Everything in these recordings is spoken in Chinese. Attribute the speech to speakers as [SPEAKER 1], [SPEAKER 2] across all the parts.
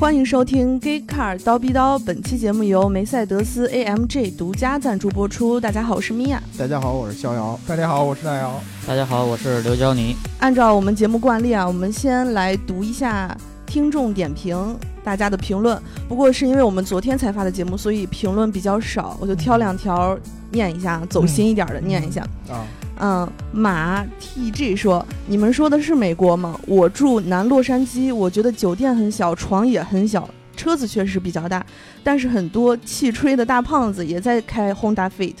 [SPEAKER 1] 欢迎收听《Gay Car 刀逼刀》，本期节目由梅赛德斯 AMG 独家赞助播出。大家好，我是米娅。
[SPEAKER 2] 大家好，我是逍遥。
[SPEAKER 3] 大家好，我是大姚。
[SPEAKER 4] 大家好，我是刘娇妮。
[SPEAKER 1] 按照我们节目惯例啊，我们先来读一下听众点评大家的评论。不过是因为我们昨天才发的节目，所以评论比较少，我就挑两条念一下，走心一点的念一下。
[SPEAKER 2] 啊，
[SPEAKER 1] 嗯，马 TG 说：“你们说的是美国吗？我住南洛杉矶，我觉得酒店很小，床也很小，车子确实比较大，但是很多气吹的大胖子也在开 Honda Fit，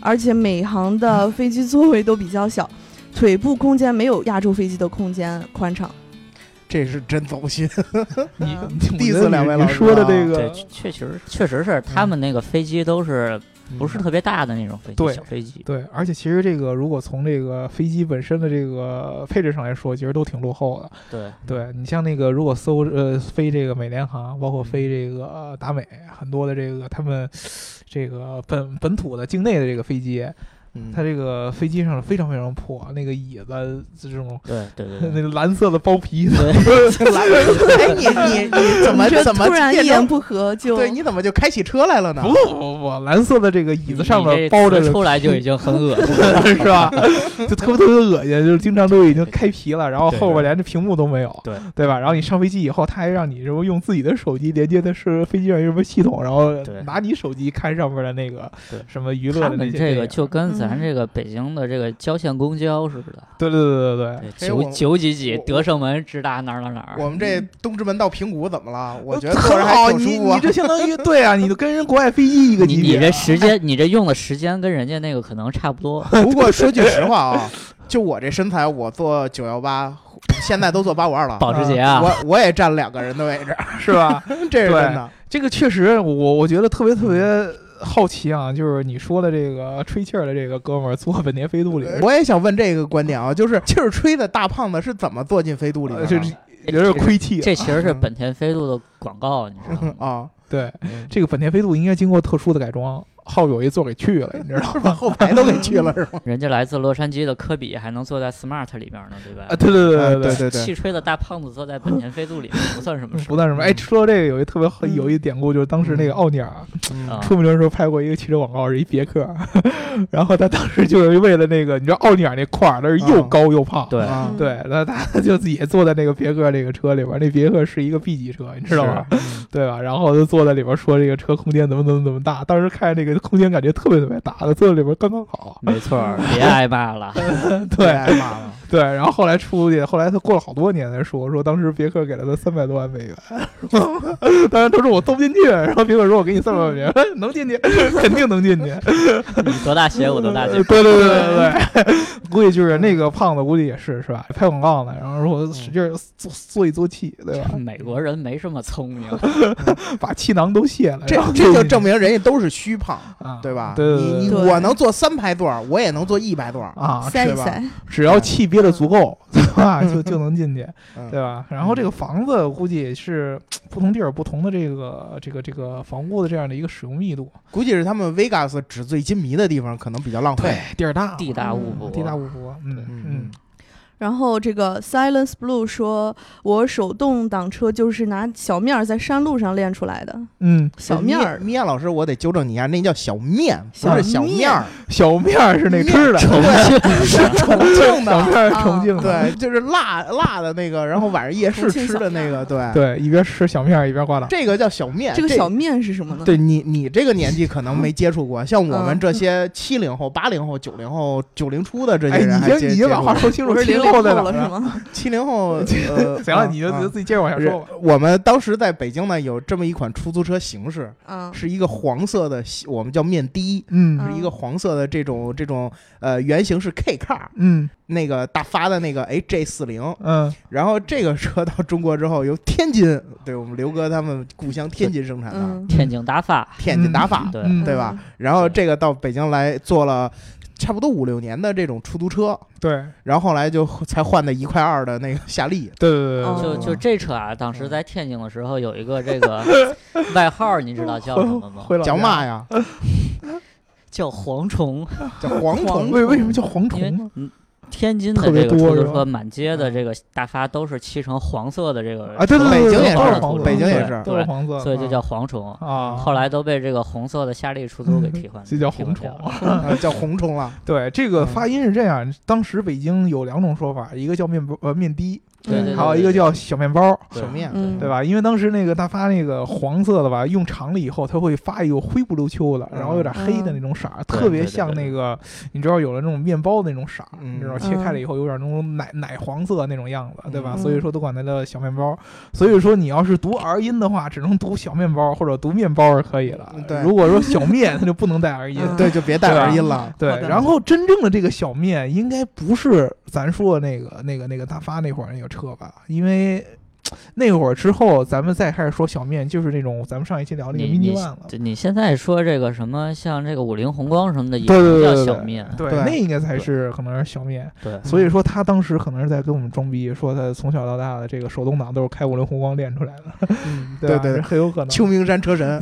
[SPEAKER 1] 而且每行的飞机座位都比较小，腿部空间没有亚洲飞机的空间宽 敞。
[SPEAKER 2] 这是真走心。
[SPEAKER 3] 你
[SPEAKER 1] 嗯
[SPEAKER 3] 第
[SPEAKER 2] diss 两位老师啊
[SPEAKER 3] 说的
[SPEAKER 4] 对
[SPEAKER 3] 这个，
[SPEAKER 4] 确确实确实是他们那个飞机都是不是
[SPEAKER 3] 嗯
[SPEAKER 4] 特别大的那种飞机，
[SPEAKER 3] 对
[SPEAKER 4] 小飞机。
[SPEAKER 3] 对，而且其实这个如果从这个飞机本身的这个配置上来说，其实都挺落后的。
[SPEAKER 4] 对，
[SPEAKER 3] 对你像那个如果搜呃飞这个美联航，包括飞这个呃达美，很多的这个他们 这个本本土的境内的这个飞机，
[SPEAKER 2] 嗯
[SPEAKER 3] 它这个飞机上非常非常破，那个椅子这种
[SPEAKER 4] 对对对
[SPEAKER 3] 那
[SPEAKER 4] 对
[SPEAKER 3] 个蓝色的包皮的，
[SPEAKER 2] 哎，你你你怎么
[SPEAKER 1] 这
[SPEAKER 2] 怎么
[SPEAKER 1] 突然一
[SPEAKER 2] 变
[SPEAKER 1] 言
[SPEAKER 2] 成
[SPEAKER 1] 不合就
[SPEAKER 2] 对？你怎么就开起车来了呢
[SPEAKER 3] 不？不不不，蓝色嗯的这个椅子上
[SPEAKER 4] 你
[SPEAKER 3] 面
[SPEAKER 4] 这
[SPEAKER 3] 包着
[SPEAKER 4] 词
[SPEAKER 3] 的
[SPEAKER 4] 出来就已经 很恶心了。
[SPEAKER 3] 是吧？就特别特别恶心，就是经常都已经开皮了，然后
[SPEAKER 4] 对
[SPEAKER 3] 后边连这屏幕都没有，
[SPEAKER 4] 对
[SPEAKER 3] 对吧？然后你上飞机以后，他还让你什么用自己的手机连接的是飞机上有什么系统，然后
[SPEAKER 4] 对
[SPEAKER 3] 拿你手机看上面的那个
[SPEAKER 4] 对
[SPEAKER 3] 什么娱乐
[SPEAKER 4] 他
[SPEAKER 3] 的那
[SPEAKER 4] 们
[SPEAKER 3] 些
[SPEAKER 4] 这
[SPEAKER 3] 电
[SPEAKER 4] 个
[SPEAKER 3] 影
[SPEAKER 4] 就跟咱
[SPEAKER 1] 嗯
[SPEAKER 4] 这个北京的这个郊县公交似的，
[SPEAKER 3] 对对对对对，
[SPEAKER 4] 对
[SPEAKER 2] 哎我
[SPEAKER 4] 九九几几
[SPEAKER 2] 我
[SPEAKER 4] 德胜门直达哪儿哪儿哪儿。
[SPEAKER 2] 我们这东直门到平谷怎么了？我觉得坐
[SPEAKER 3] 很
[SPEAKER 2] 着
[SPEAKER 3] 好，
[SPEAKER 2] 还挺
[SPEAKER 3] 你
[SPEAKER 2] 舒服
[SPEAKER 3] 你
[SPEAKER 2] 啊。
[SPEAKER 3] 这相当于对啊，你都跟人国外飞机一个哎
[SPEAKER 4] 你
[SPEAKER 3] 级
[SPEAKER 4] 你
[SPEAKER 3] 别
[SPEAKER 4] 这。时间，你这用的时间跟人家那个可能差不 多。
[SPEAKER 2] 不过说句实话啊，就我这身材，我坐九幺八，现在都坐八五二 了。
[SPEAKER 4] 保时捷啊，
[SPEAKER 2] 我我也占两个人的位置，
[SPEAKER 3] 是吧？
[SPEAKER 2] 这是真的。
[SPEAKER 3] 这个确实，我我觉得特别特别好奇啊，就是你说的这个吹气儿的这个哥们儿坐本田飞度里，
[SPEAKER 2] 我也想问这个观点啊，就是气儿吹的大胖子是怎么坐进飞度里
[SPEAKER 3] 呃
[SPEAKER 2] 的
[SPEAKER 3] 这
[SPEAKER 2] 呢？
[SPEAKER 3] 有点亏气啊。
[SPEAKER 4] 这其实是
[SPEAKER 2] 嗯
[SPEAKER 4] 本田飞度的广告，你知道 吗？
[SPEAKER 2] 啊，
[SPEAKER 3] 对，
[SPEAKER 2] 嗯
[SPEAKER 3] 这个本田飞度应该经过特殊的改装，后有一座给去了，你知道吗？
[SPEAKER 2] 把后排都给去了是吗？
[SPEAKER 4] 人家来自洛杉矶的科比还能坐在 Smart 里边呢，对吧？
[SPEAKER 3] 啊，对对
[SPEAKER 2] 啊
[SPEAKER 3] 对
[SPEAKER 2] 对对
[SPEAKER 3] 对。
[SPEAKER 4] 气吹的大胖子坐在本田飞度里面不算什么事
[SPEAKER 3] 不。算什么，哎，说到这个有一特别好
[SPEAKER 2] 嗯
[SPEAKER 3] 有一典故，就是当时那个奥尼尔
[SPEAKER 2] 嗯
[SPEAKER 4] 啊
[SPEAKER 3] 出名的时候拍过一个汽车广告，是一别克，啊 然后他当时就是为了那个，你知道奥尼尔那块儿，他是又
[SPEAKER 2] 啊
[SPEAKER 3] 高又胖，
[SPEAKER 4] 对，
[SPEAKER 2] 啊，
[SPEAKER 3] 嗯对，那他 就也坐在那个别克那个车里边，那别克是一个 B 级车，你知道吗？对吧？然后就坐在里边说这个车空间怎么怎么怎么大，当时看这个空间感觉特别特别大，他坐在里边刚刚好，
[SPEAKER 4] 没错儿，别挨骂了。
[SPEAKER 3] 对，
[SPEAKER 2] 嗯挨骂了。
[SPEAKER 3] 对，然后后来出去，后来他过了好多年才说，说当时别克给了他三百多万美元，当然他说我凑不进去，然后别克说我给你三百万美元， 能进去，肯定能进 去，
[SPEAKER 4] 你多大鞋我多大
[SPEAKER 3] 对
[SPEAKER 4] 脚。
[SPEAKER 3] 对对对对对，估计就是那个胖子，估计也是是吧？拍广告呢，然后
[SPEAKER 2] 嗯
[SPEAKER 3] 说使劲儿嘬嘬一嘬气， 对吧？
[SPEAKER 4] 美国人没这么聪 明，
[SPEAKER 3] 把气囊都卸了，
[SPEAKER 2] 这
[SPEAKER 3] 然后
[SPEAKER 2] 这就证明人家都是虚胖，
[SPEAKER 3] 啊，
[SPEAKER 2] 对吧？
[SPEAKER 3] 对对
[SPEAKER 2] 你你
[SPEAKER 3] 对
[SPEAKER 1] 对
[SPEAKER 2] 我能坐三排座儿，我也能坐一排座儿。
[SPEAKER 3] 啊，
[SPEAKER 1] 塞一
[SPEAKER 2] 是吧
[SPEAKER 1] 塞，
[SPEAKER 3] 只要气憋得足够，对吧？就就能进去。
[SPEAKER 2] 嗯
[SPEAKER 3] 对吧？然后这个房子估计也是不同地儿不同的这个这个这个房屋的这样的一个使用密度，
[SPEAKER 2] 估计是他们 Vegas 纸醉金迷的地方，可能比较浪费。，
[SPEAKER 3] 地儿大嘛，
[SPEAKER 4] 地大物博。
[SPEAKER 3] 地大物博，嗯
[SPEAKER 2] 嗯
[SPEAKER 3] 嗯，
[SPEAKER 1] 然后这个 Silence Blue 说：“我手动挡车就是拿小面儿在山路上练出来的，
[SPEAKER 3] 嗯，
[SPEAKER 1] 小面儿
[SPEAKER 2] 面老师，我得纠正你一下，那叫小面，不
[SPEAKER 1] 小
[SPEAKER 2] 是小面儿，
[SPEAKER 3] 小面儿是那
[SPEAKER 2] 面
[SPEAKER 3] 吃的，
[SPEAKER 2] 对，是重庆
[SPEAKER 3] 小
[SPEAKER 2] 的，
[SPEAKER 3] 面儿是重庆的，
[SPEAKER 2] 对，就是辣辣的那个，然后晚上夜市
[SPEAKER 1] 重庆
[SPEAKER 2] 吃
[SPEAKER 1] 小
[SPEAKER 2] 的那个，对，
[SPEAKER 3] 对，一边吃小面儿一边挂档，
[SPEAKER 2] 这个叫小面，
[SPEAKER 1] 这个小面是什么呢？”
[SPEAKER 2] 对你，你这个年纪可能没接触过，像我们
[SPEAKER 1] 嗯
[SPEAKER 2] 这些七零后、八零后、九零后、九零初的这
[SPEAKER 3] 哎，
[SPEAKER 2] 些人
[SPEAKER 3] 你
[SPEAKER 2] 还
[SPEAKER 3] 先
[SPEAKER 2] 接，
[SPEAKER 3] 你
[SPEAKER 2] 接
[SPEAKER 3] 先
[SPEAKER 2] 触
[SPEAKER 3] 把话
[SPEAKER 2] 过。
[SPEAKER 3] 说清楚，
[SPEAKER 1] 我是
[SPEAKER 3] 七
[SPEAKER 1] 零
[SPEAKER 3] 零
[SPEAKER 1] 零
[SPEAKER 3] 后
[SPEAKER 1] 后
[SPEAKER 3] 在哪
[SPEAKER 1] 了
[SPEAKER 3] 儿
[SPEAKER 1] 是
[SPEAKER 3] 呢？
[SPEAKER 1] 吗？
[SPEAKER 2] 七零后，呃
[SPEAKER 3] 行了，你就
[SPEAKER 2] 啊
[SPEAKER 3] 自自己接着往下说吧。
[SPEAKER 2] 我们当时在北京呢，有这么一款出租车形式，
[SPEAKER 1] 嗯，
[SPEAKER 2] 是一个黄色的西，我们叫面的，
[SPEAKER 3] 嗯
[SPEAKER 1] 嗯
[SPEAKER 2] 是一个黄色的这种这种呃原型是 K car
[SPEAKER 3] 嗯
[SPEAKER 2] 那个大发的那个 HJ 四零，
[SPEAKER 3] 嗯
[SPEAKER 2] 然后这个车到中国之后由天津，对我们刘哥他们故乡天津生产的，
[SPEAKER 1] 嗯，
[SPEAKER 4] 天津达法，
[SPEAKER 2] 天津达法，
[SPEAKER 4] 对
[SPEAKER 3] 嗯，
[SPEAKER 2] 对吧？然后这个到北京来做了差不多五六年的这种出租车，
[SPEAKER 3] 对
[SPEAKER 2] 然后后来就才换的一块二的那个夏利，
[SPEAKER 3] 对对对对，
[SPEAKER 4] 就
[SPEAKER 1] 嗯
[SPEAKER 4] 就这车啊，当时在天津的时候有一个这 个外号儿，你知道叫什么吗？
[SPEAKER 3] 回老
[SPEAKER 2] 叫
[SPEAKER 3] 家
[SPEAKER 2] 嘛呀？
[SPEAKER 4] 叫蝗虫，
[SPEAKER 2] 叫蝗虫
[SPEAKER 3] 为为什么叫蝗
[SPEAKER 4] 因
[SPEAKER 3] 虫
[SPEAKER 4] 为
[SPEAKER 3] 呢？
[SPEAKER 4] 嗯天津的
[SPEAKER 3] 特别
[SPEAKER 4] 这个
[SPEAKER 3] 多
[SPEAKER 4] 出租
[SPEAKER 3] 是吧嗯
[SPEAKER 4] 车满街的这个大发都是漆成黄色的这个
[SPEAKER 3] 啊，对对对，
[SPEAKER 2] 北京
[SPEAKER 3] 对
[SPEAKER 2] 也
[SPEAKER 3] 都
[SPEAKER 2] 是
[SPEAKER 3] 黄色，
[SPEAKER 2] 北京也
[SPEAKER 3] 对
[SPEAKER 2] 是
[SPEAKER 3] 都是黄色，
[SPEAKER 4] 所以就
[SPEAKER 3] 啊
[SPEAKER 4] 叫蝗虫。
[SPEAKER 3] 啊，
[SPEAKER 4] 后来都被这个红色的夏利出租给替换，
[SPEAKER 3] 这叫
[SPEAKER 4] 替
[SPEAKER 3] 红
[SPEAKER 4] 换掉
[SPEAKER 3] 虫
[SPEAKER 4] 了。
[SPEAKER 2] 呃叫红虫了。
[SPEAKER 3] 对，这个
[SPEAKER 2] 嗯
[SPEAKER 3] 发音是这样，当时北京有两种说法，一个叫面包呃面的，
[SPEAKER 4] 对对
[SPEAKER 3] 还有一个叫小面包。
[SPEAKER 4] 对
[SPEAKER 2] 小面
[SPEAKER 1] 嗯
[SPEAKER 3] 对吧？因为当时那个他发那个黄色的吧，用长了以后，它会发一个灰不溜秋的，然后有点黑的那种色儿，
[SPEAKER 4] 嗯对
[SPEAKER 3] 特别
[SPEAKER 4] 对对
[SPEAKER 3] 像
[SPEAKER 4] 对
[SPEAKER 3] 那个，你知道有了那种面包的那种色儿，
[SPEAKER 2] 嗯
[SPEAKER 3] 你知道切开了以后有点那种奶奶黄色那种样子，对吧？
[SPEAKER 2] 嗯
[SPEAKER 3] 所以说都管它叫小面包。所以说你要是读 R 音的话，只能读小面包或者读面包是可以了
[SPEAKER 2] 嗯。对
[SPEAKER 3] 如果说小面，它就不能带 R 音。
[SPEAKER 4] 啊
[SPEAKER 1] 嗯
[SPEAKER 2] 对，就别带
[SPEAKER 3] 对吧
[SPEAKER 2] 耳音了。
[SPEAKER 3] 对
[SPEAKER 1] 好，的
[SPEAKER 3] 然后真正的这个小面应该不是咱说那个那个那个大发那会儿那个车吧？因为嘖那会儿之后，咱们再开始说小面，就是那种咱们上一期聊那个
[SPEAKER 4] 你你
[SPEAKER 3] mini one 了。
[SPEAKER 4] 对你现在说这个什么，像这个五菱宏光什么的，也
[SPEAKER 3] 对
[SPEAKER 4] 不
[SPEAKER 3] 对
[SPEAKER 4] 叫
[SPEAKER 3] 对对
[SPEAKER 4] 小面。
[SPEAKER 3] 对，
[SPEAKER 2] 对
[SPEAKER 3] 那应该才是可能是小面。
[SPEAKER 4] 对，
[SPEAKER 3] 所以说他当时可能是在跟我们装逼，说他从小到大的这个手动挡都是开五菱宏光练出来的，
[SPEAKER 2] 嗯
[SPEAKER 3] 吧？
[SPEAKER 2] 对对
[SPEAKER 3] 这
[SPEAKER 2] 对，
[SPEAKER 3] 很有可能。
[SPEAKER 2] 秋名山车神，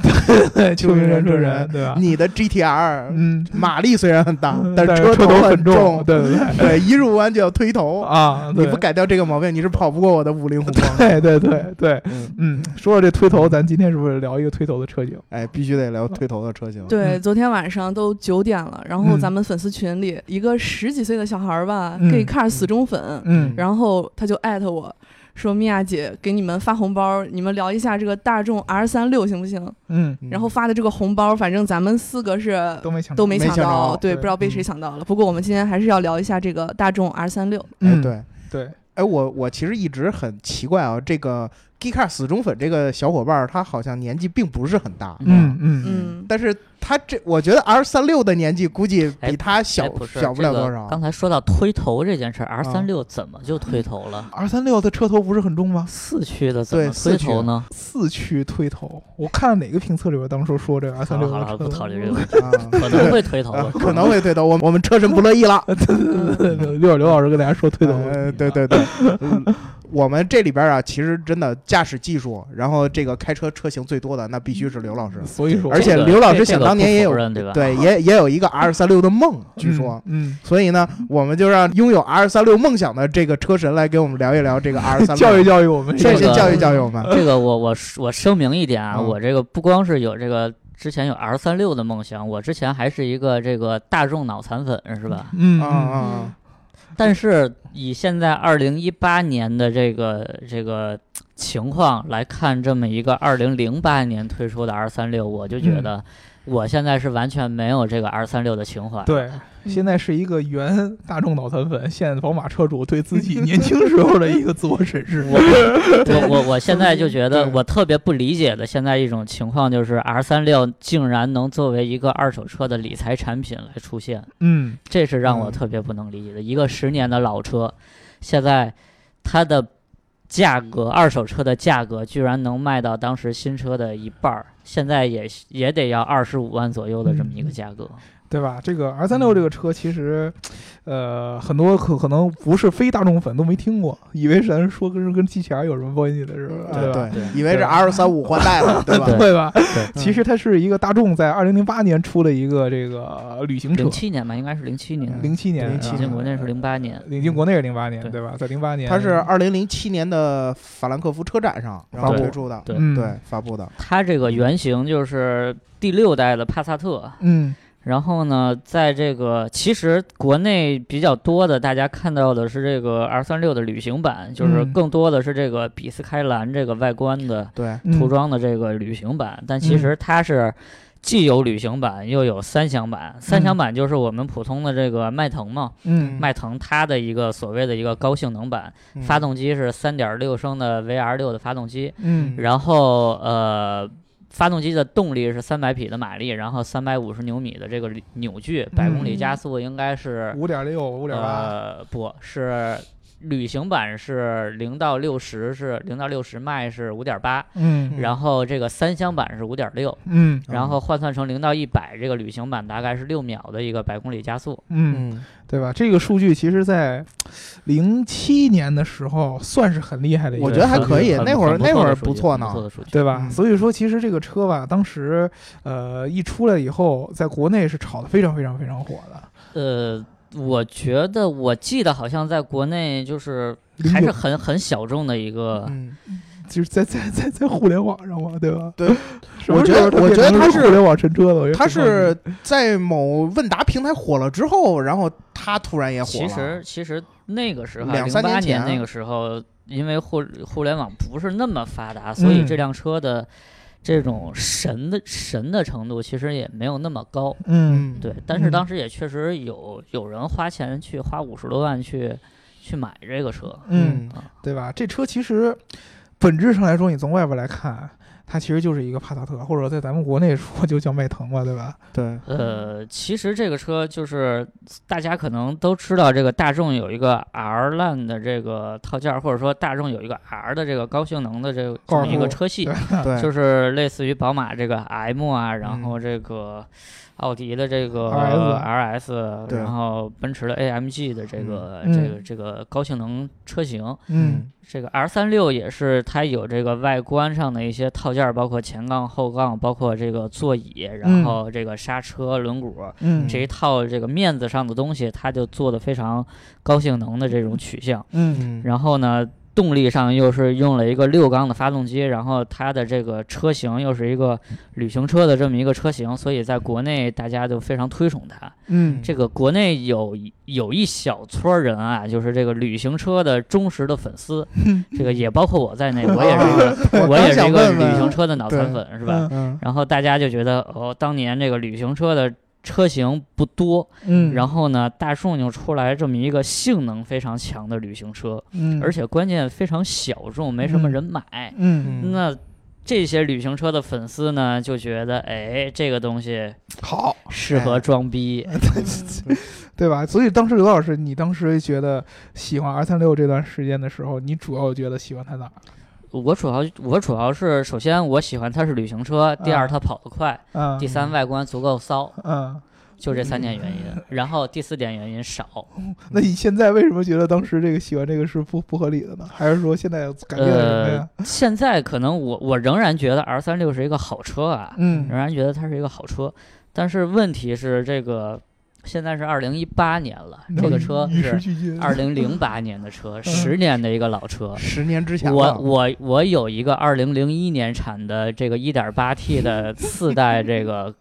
[SPEAKER 3] 对
[SPEAKER 2] 秋名
[SPEAKER 3] 山
[SPEAKER 2] 山
[SPEAKER 3] 车
[SPEAKER 2] 车
[SPEAKER 3] 人，
[SPEAKER 2] 人
[SPEAKER 3] 对吧？
[SPEAKER 2] 你的 GTR
[SPEAKER 3] 嗯，
[SPEAKER 2] 马力虽然很大，但
[SPEAKER 3] 是
[SPEAKER 2] 车
[SPEAKER 3] 车
[SPEAKER 2] 头
[SPEAKER 3] 很
[SPEAKER 2] 重。
[SPEAKER 3] 对对对
[SPEAKER 2] 对，一入弯就要推头，
[SPEAKER 3] 啊！
[SPEAKER 2] 你
[SPEAKER 3] 对
[SPEAKER 2] 不改掉这个毛病，你是跑不过我的五菱宏光的。
[SPEAKER 3] 对对对对，
[SPEAKER 2] 嗯
[SPEAKER 3] 嗯，说到这推头，咱今天是不是聊一个推头的车型？
[SPEAKER 2] 哎，必须得聊推头的车型。
[SPEAKER 1] 对，
[SPEAKER 3] 嗯
[SPEAKER 1] 昨天晚上都九点了，然后
[SPEAKER 3] 嗯
[SPEAKER 1] 咱们粉丝群里一个十几岁的小孩儿吧
[SPEAKER 3] 嗯
[SPEAKER 1] ，gay car 死忠粉，
[SPEAKER 3] 嗯，
[SPEAKER 1] 然后他就艾特我说：“米娅姐，给你们发红包，你们聊一下这个大众 R 三六行不行？”
[SPEAKER 3] 嗯，
[SPEAKER 2] 嗯
[SPEAKER 1] 然后发的这个红包，反正咱们四个是
[SPEAKER 3] 都嗯没抢
[SPEAKER 1] 都没
[SPEAKER 2] 没
[SPEAKER 1] 抢
[SPEAKER 2] 抢
[SPEAKER 1] 到，
[SPEAKER 2] 着
[SPEAKER 1] 对，
[SPEAKER 3] 对
[SPEAKER 1] 不知道被谁
[SPEAKER 3] 嗯
[SPEAKER 1] 抢到了。不过我们今天还是要聊一下这个大众 R 三六，
[SPEAKER 2] 哎
[SPEAKER 3] 嗯，
[SPEAKER 2] 对，
[SPEAKER 3] 对，
[SPEAKER 2] 哎，我我其实一直很奇怪啊，这个 G Car 死忠粉这个小伙伴儿，他好像年纪并不是很大，
[SPEAKER 3] 嗯嗯
[SPEAKER 1] 嗯，
[SPEAKER 2] 但是他这我觉得 R 三六的年纪估计
[SPEAKER 4] 哎
[SPEAKER 2] 比他小、
[SPEAKER 4] 哎不是
[SPEAKER 2] 小不了
[SPEAKER 4] 这个
[SPEAKER 2] 多 少。啊
[SPEAKER 4] 刚才说到推头这件事，R 三六怎么就推头了？
[SPEAKER 3] ，R 三六的车头不是很重吗？
[SPEAKER 4] 四驱的怎么
[SPEAKER 2] 对四
[SPEAKER 4] 推
[SPEAKER 2] 驱
[SPEAKER 4] 头呢？
[SPEAKER 3] 四驱推头，我看哪个评测里边当初说这个 R
[SPEAKER 4] 好
[SPEAKER 3] 三
[SPEAKER 4] 了
[SPEAKER 3] 六
[SPEAKER 4] 好了， 不考虑这个问题，
[SPEAKER 2] 啊
[SPEAKER 4] 可能会推头
[SPEAKER 2] 啊
[SPEAKER 4] 的，
[SPEAKER 2] 可能会对的，我们我们车神不乐意了。
[SPEAKER 1] 嗯
[SPEAKER 3] 个。刘刘老师跟大家说 推头的问题啊，
[SPEAKER 2] 呃，对对对，嗯我们这里边啊，其实真的驾驶技术，然后这个开车车型最多的，那必须是刘老师。
[SPEAKER 3] 所以说
[SPEAKER 2] 而且
[SPEAKER 4] 这个
[SPEAKER 2] 刘老师
[SPEAKER 4] 这
[SPEAKER 2] 想
[SPEAKER 4] 这个
[SPEAKER 2] 当年
[SPEAKER 4] 不
[SPEAKER 2] 也
[SPEAKER 4] 否
[SPEAKER 2] 有
[SPEAKER 4] 认对吧？
[SPEAKER 2] 对，也也有一个 R 三六的梦，据说。啊
[SPEAKER 3] 嗯，
[SPEAKER 2] 所以呢，我们就让拥有 R 三六梦想的这个车神来给我们聊一聊这个 R
[SPEAKER 3] 嗯
[SPEAKER 2] 三
[SPEAKER 3] 教育教育我们
[SPEAKER 2] 谢
[SPEAKER 4] 这
[SPEAKER 2] 谢
[SPEAKER 4] 个
[SPEAKER 2] 教育教育我 们。
[SPEAKER 4] 这个我我我声明一点啊，
[SPEAKER 2] 嗯
[SPEAKER 4] 我这个不光是有这个之前有 R 三六的梦想，我之前还是一个这个大众脑残粉是吧？
[SPEAKER 3] 嗯
[SPEAKER 2] 啊
[SPEAKER 3] 嗯
[SPEAKER 2] 啊，
[SPEAKER 4] 但是以现在二零一八年的这个这个情况来看，这么一个二零零八年推出的 R 三六，我就
[SPEAKER 2] 嗯
[SPEAKER 4] 觉得我现在是完全没有这个 R 三六的情怀。
[SPEAKER 3] 对，
[SPEAKER 1] 嗯
[SPEAKER 3] 现在是一个原大众脑残粉，现宝马车主对自己年轻时候的一个自我审视。
[SPEAKER 4] 我我我我现在就觉得
[SPEAKER 2] 对
[SPEAKER 4] 我特别不理解的现在一种情况就是 R 三六竟然能作为一个二手车的理财产品来出现，
[SPEAKER 3] 嗯，
[SPEAKER 4] 这是让我
[SPEAKER 2] 嗯
[SPEAKER 4] 特别不能理解的。一个十年的老车，现在它的价格，二手车的价格居然能卖到当时新车的一半儿，现在也也得要二十五万左右的这么一个价格。
[SPEAKER 3] 对吧？这
[SPEAKER 4] 嗯
[SPEAKER 3] 个 R 三六这个车其实，呃，很多可可能不是非大众粉都没听过，以为是咱说跟跟机器人有什么关系的是吧？
[SPEAKER 2] 对
[SPEAKER 3] 吧？
[SPEAKER 4] 对
[SPEAKER 2] 以为是 R 三五换代了，对吧？
[SPEAKER 4] 对
[SPEAKER 3] 对吧？
[SPEAKER 4] 对
[SPEAKER 3] 其实它是一个大众在二零零八年出了一个这个旅行车嗯
[SPEAKER 4] 零，七年吧，应该是零七年，
[SPEAKER 3] 零七年，嗯
[SPEAKER 2] 零七
[SPEAKER 4] 引进国内是零八年。
[SPEAKER 3] 领进国内是零八年，
[SPEAKER 4] 对
[SPEAKER 3] 对吧？在零八年，
[SPEAKER 2] 嗯它是二零零七年的法兰克福车展上然后
[SPEAKER 4] 对
[SPEAKER 2] 推出的，
[SPEAKER 4] 对
[SPEAKER 3] 嗯
[SPEAKER 2] 对，发布的。
[SPEAKER 4] 它这个原型就是第六代的帕萨特，
[SPEAKER 3] 嗯
[SPEAKER 4] 然后呢，在这个其实国内比较多的，大家看到的是这个 R 3 6的旅行版，就是
[SPEAKER 3] 嗯
[SPEAKER 4] 更多的是这个比斯开兰这个外观的
[SPEAKER 2] 对，
[SPEAKER 3] 嗯
[SPEAKER 4] 涂装的这个旅行版，但其实它是既有旅行版又有三厢版，三厢版就是我们普通的这个迈腾嘛，
[SPEAKER 3] 嗯
[SPEAKER 4] 迈腾它的一个所谓的一个高性能版，
[SPEAKER 2] 嗯
[SPEAKER 4] 发动机是3.6升的 VR 6的发动机，
[SPEAKER 3] 嗯
[SPEAKER 4] 然后呃，发动机的动力是三百匹的马力，然后三百五十牛米的这个力扭矩，百公里加速应该是、
[SPEAKER 3] 五点六嗯五点八，
[SPEAKER 4] 呃不是旅行版是零到六十是零到六十迈是五点八，
[SPEAKER 3] 嗯
[SPEAKER 4] 然后这个三厢版是五点六。
[SPEAKER 3] 嗯
[SPEAKER 4] 然后换算成零到一百，这个旅行版大概是六秒的一个百公里加速。
[SPEAKER 3] 嗯，
[SPEAKER 2] 嗯，
[SPEAKER 3] 对吧？这个数据其实，在零七年的时候算是很厉害的一个
[SPEAKER 2] 我
[SPEAKER 3] 数
[SPEAKER 2] 觉
[SPEAKER 3] 据了，
[SPEAKER 2] 得还可以
[SPEAKER 4] 很
[SPEAKER 2] 那会儿
[SPEAKER 4] 很
[SPEAKER 2] 那会儿
[SPEAKER 4] 不
[SPEAKER 2] 不
[SPEAKER 4] 错
[SPEAKER 2] 错呢
[SPEAKER 4] 的数据很不错的数据。
[SPEAKER 3] 对吧？
[SPEAKER 2] 嗯
[SPEAKER 3] 所以说，其实这个车吧，当时呃一出来以后，在国内是炒得非常非常非常火的。
[SPEAKER 4] 呃，我觉得我记得好像在国内就是
[SPEAKER 3] 零
[SPEAKER 4] 还是
[SPEAKER 3] 九
[SPEAKER 4] 很很小众的一个，
[SPEAKER 2] 嗯，
[SPEAKER 3] 就是在在在在互联网上嘛，对吧？
[SPEAKER 2] 对
[SPEAKER 3] 什么
[SPEAKER 2] 我觉
[SPEAKER 3] 时候
[SPEAKER 2] 得
[SPEAKER 3] 它
[SPEAKER 2] 我
[SPEAKER 3] 变
[SPEAKER 2] 觉得
[SPEAKER 3] 成
[SPEAKER 2] 它
[SPEAKER 3] 了
[SPEAKER 2] 是
[SPEAKER 3] 互联网神车了，我也
[SPEAKER 2] 他
[SPEAKER 3] 不知道
[SPEAKER 2] 是在某问答平台火了之后，然后他突然也火了。
[SPEAKER 4] 其实其实那个时候
[SPEAKER 2] 两
[SPEAKER 4] 零
[SPEAKER 2] 三
[SPEAKER 4] 八
[SPEAKER 2] 年前
[SPEAKER 4] 年那个时候，因为互互联网不是那么发达，所以
[SPEAKER 3] 嗯
[SPEAKER 4] 这辆车的这种神的神的程度其实也没有那么高。
[SPEAKER 3] 嗯，
[SPEAKER 2] 嗯，
[SPEAKER 4] 对，但是
[SPEAKER 3] 嗯
[SPEAKER 4] 当时也确实有有人花钱去花五十多万去去买这个车，
[SPEAKER 3] 嗯，
[SPEAKER 2] 嗯，
[SPEAKER 4] 啊，
[SPEAKER 3] 对吧？这车其实本质上来说，你从外边来看，它其实就是一个帕萨特，或者在咱们国内说就叫迈腾嘛，对吧？
[SPEAKER 2] 嗯对，
[SPEAKER 3] 嗯
[SPEAKER 4] 呃，其实这个车就是大家可能都知道，这个大众有一个 R Line 的这个套件儿，或者说大众有一个 R 的这个高性能的这个这
[SPEAKER 3] 高尔
[SPEAKER 4] 么一个
[SPEAKER 3] 夫
[SPEAKER 4] 车系
[SPEAKER 3] 对，
[SPEAKER 2] 对，
[SPEAKER 4] 就是类似于宝马这个 M 啊，然
[SPEAKER 2] 嗯
[SPEAKER 4] 后这个奥迪的这个
[SPEAKER 3] RS
[SPEAKER 4] RS，
[SPEAKER 2] 对
[SPEAKER 4] 然后奔驰的 AMG 的这个
[SPEAKER 3] 嗯
[SPEAKER 4] 这个这个高性能车型。
[SPEAKER 3] 嗯，
[SPEAKER 4] 这个 R 三六也是它有这个外观上的一些套件儿，包括前杠、后杠，包括这个座椅，然
[SPEAKER 3] 嗯
[SPEAKER 4] 后这个刹车、轮毂
[SPEAKER 3] 嗯
[SPEAKER 4] 这一套这个面子上的东西，它就做的非常高性能的这种取向。
[SPEAKER 3] 嗯
[SPEAKER 2] 嗯，
[SPEAKER 4] 然后呢，动力上又是用了一个六缸的发动机，然后它的这个车型又是一个旅行车的这么一个车型，所以在国内大家就非常推崇它。
[SPEAKER 3] 嗯
[SPEAKER 4] 这个国内有一有一小撮人啊，就是这个旅行车的忠实的粉丝，这个也包括我在 内，我也是一个我也是
[SPEAKER 2] 嗯
[SPEAKER 4] 一
[SPEAKER 2] 哦想
[SPEAKER 4] 个
[SPEAKER 2] 问
[SPEAKER 4] 旅行
[SPEAKER 2] 问，
[SPEAKER 4] 车的脑残粉，是吧？
[SPEAKER 2] 嗯
[SPEAKER 4] 然后大家就觉得哦，当年这个旅行车的车型不多，
[SPEAKER 3] 嗯，
[SPEAKER 4] 然
[SPEAKER 3] 后
[SPEAKER 4] 后呢，大众又出来这么一个性能非常强的旅行车，
[SPEAKER 3] 嗯，
[SPEAKER 4] 而且关键非常小众，没什么人买。
[SPEAKER 3] 嗯
[SPEAKER 2] 嗯
[SPEAKER 4] 那这些旅行车的粉丝呢，就觉得哎，这个东西
[SPEAKER 3] 好，
[SPEAKER 2] 哎
[SPEAKER 4] 适合装逼，
[SPEAKER 3] 对吧？所以当时刘老师，你当时觉得喜欢 R 三六这段时间的时候，你主要觉得喜欢它哪儿？
[SPEAKER 4] 我主要我主要是首先我喜欢它是旅行车，第二
[SPEAKER 3] 啊
[SPEAKER 4] 它跑得快，
[SPEAKER 3] 嗯
[SPEAKER 4] 第三外观足够骚，
[SPEAKER 3] 嗯，
[SPEAKER 4] 就这三点原因。然后第四点原因少，
[SPEAKER 3] 那你现在为什么觉得当时这个喜欢这个是不不合理的呢？还是说现在改变了什么
[SPEAKER 4] 呃
[SPEAKER 3] 呀？，
[SPEAKER 4] 现在可能我我仍然觉得 R 三六是一个好车啊，
[SPEAKER 3] 嗯
[SPEAKER 4] 仍然觉得它是一个好车，但是问题是这个现在是二零一八年了，这个车
[SPEAKER 3] 嗯与时
[SPEAKER 4] 是
[SPEAKER 3] 俱进，
[SPEAKER 4] 二零零八年的
[SPEAKER 3] 嗯
[SPEAKER 4] 车，十年的一个老车。
[SPEAKER 2] 十年之前
[SPEAKER 4] 我
[SPEAKER 2] 了
[SPEAKER 4] 我我有一个二零零一年产的这个一点八 T 的四代这个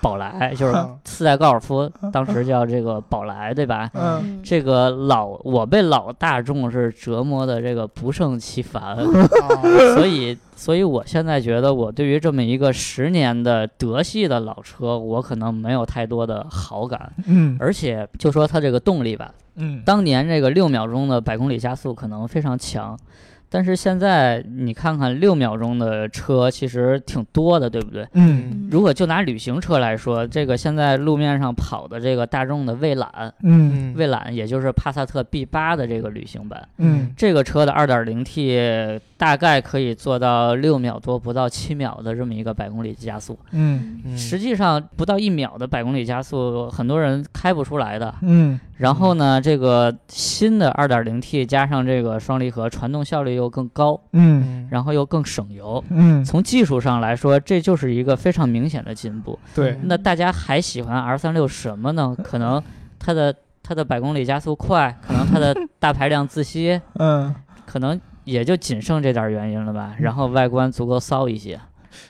[SPEAKER 4] 宝来，就是
[SPEAKER 2] 嗯
[SPEAKER 4] 四代高尔夫，当时叫这个宝来，对吧？
[SPEAKER 2] 啊
[SPEAKER 3] 嗯
[SPEAKER 1] 嗯
[SPEAKER 4] 这个老我被老大众是折磨的这个不胜其烦，
[SPEAKER 2] 啊
[SPEAKER 4] 所以所以我现在觉得我对于这么一个十年的德系的老车，我可能没有太多的好感，
[SPEAKER 3] 嗯
[SPEAKER 4] 而且就说它这个动力吧，
[SPEAKER 3] 嗯
[SPEAKER 4] 当年这个六秒钟的百公里加速可能非常强，但是现在你看看六秒钟的车其实挺多的，对不对？
[SPEAKER 3] 嗯
[SPEAKER 4] 如果就拿旅行车来说，这个现在路面上跑的这个大众的蔚揽，
[SPEAKER 3] 嗯
[SPEAKER 2] 嗯
[SPEAKER 4] 蔚揽也就是帕萨特 B 8的这个旅行版，
[SPEAKER 3] 嗯
[SPEAKER 4] 这个车的 2.0T 大概可以做到六秒多不到七秒的这么一个百公里加速，
[SPEAKER 3] 嗯
[SPEAKER 4] 实际上不到一秒的百公里加速，很多人开不出来的。
[SPEAKER 3] 嗯
[SPEAKER 4] 然后呢，这个新的 2.0T 加上这个双离合，传动效率又更高，
[SPEAKER 3] 嗯
[SPEAKER 2] 嗯，
[SPEAKER 4] 然后又更省油。
[SPEAKER 3] 嗯，
[SPEAKER 4] 从技术上来说，这就是一个非常明显的进步。
[SPEAKER 3] 对，
[SPEAKER 4] 那大家还喜欢 R 3 6什么呢？可能它的它的百公里加速快，可能它的大排量自吸，
[SPEAKER 3] 嗯，
[SPEAKER 4] 可能也就仅剩这点原因了吧。然后外观足够骚一些，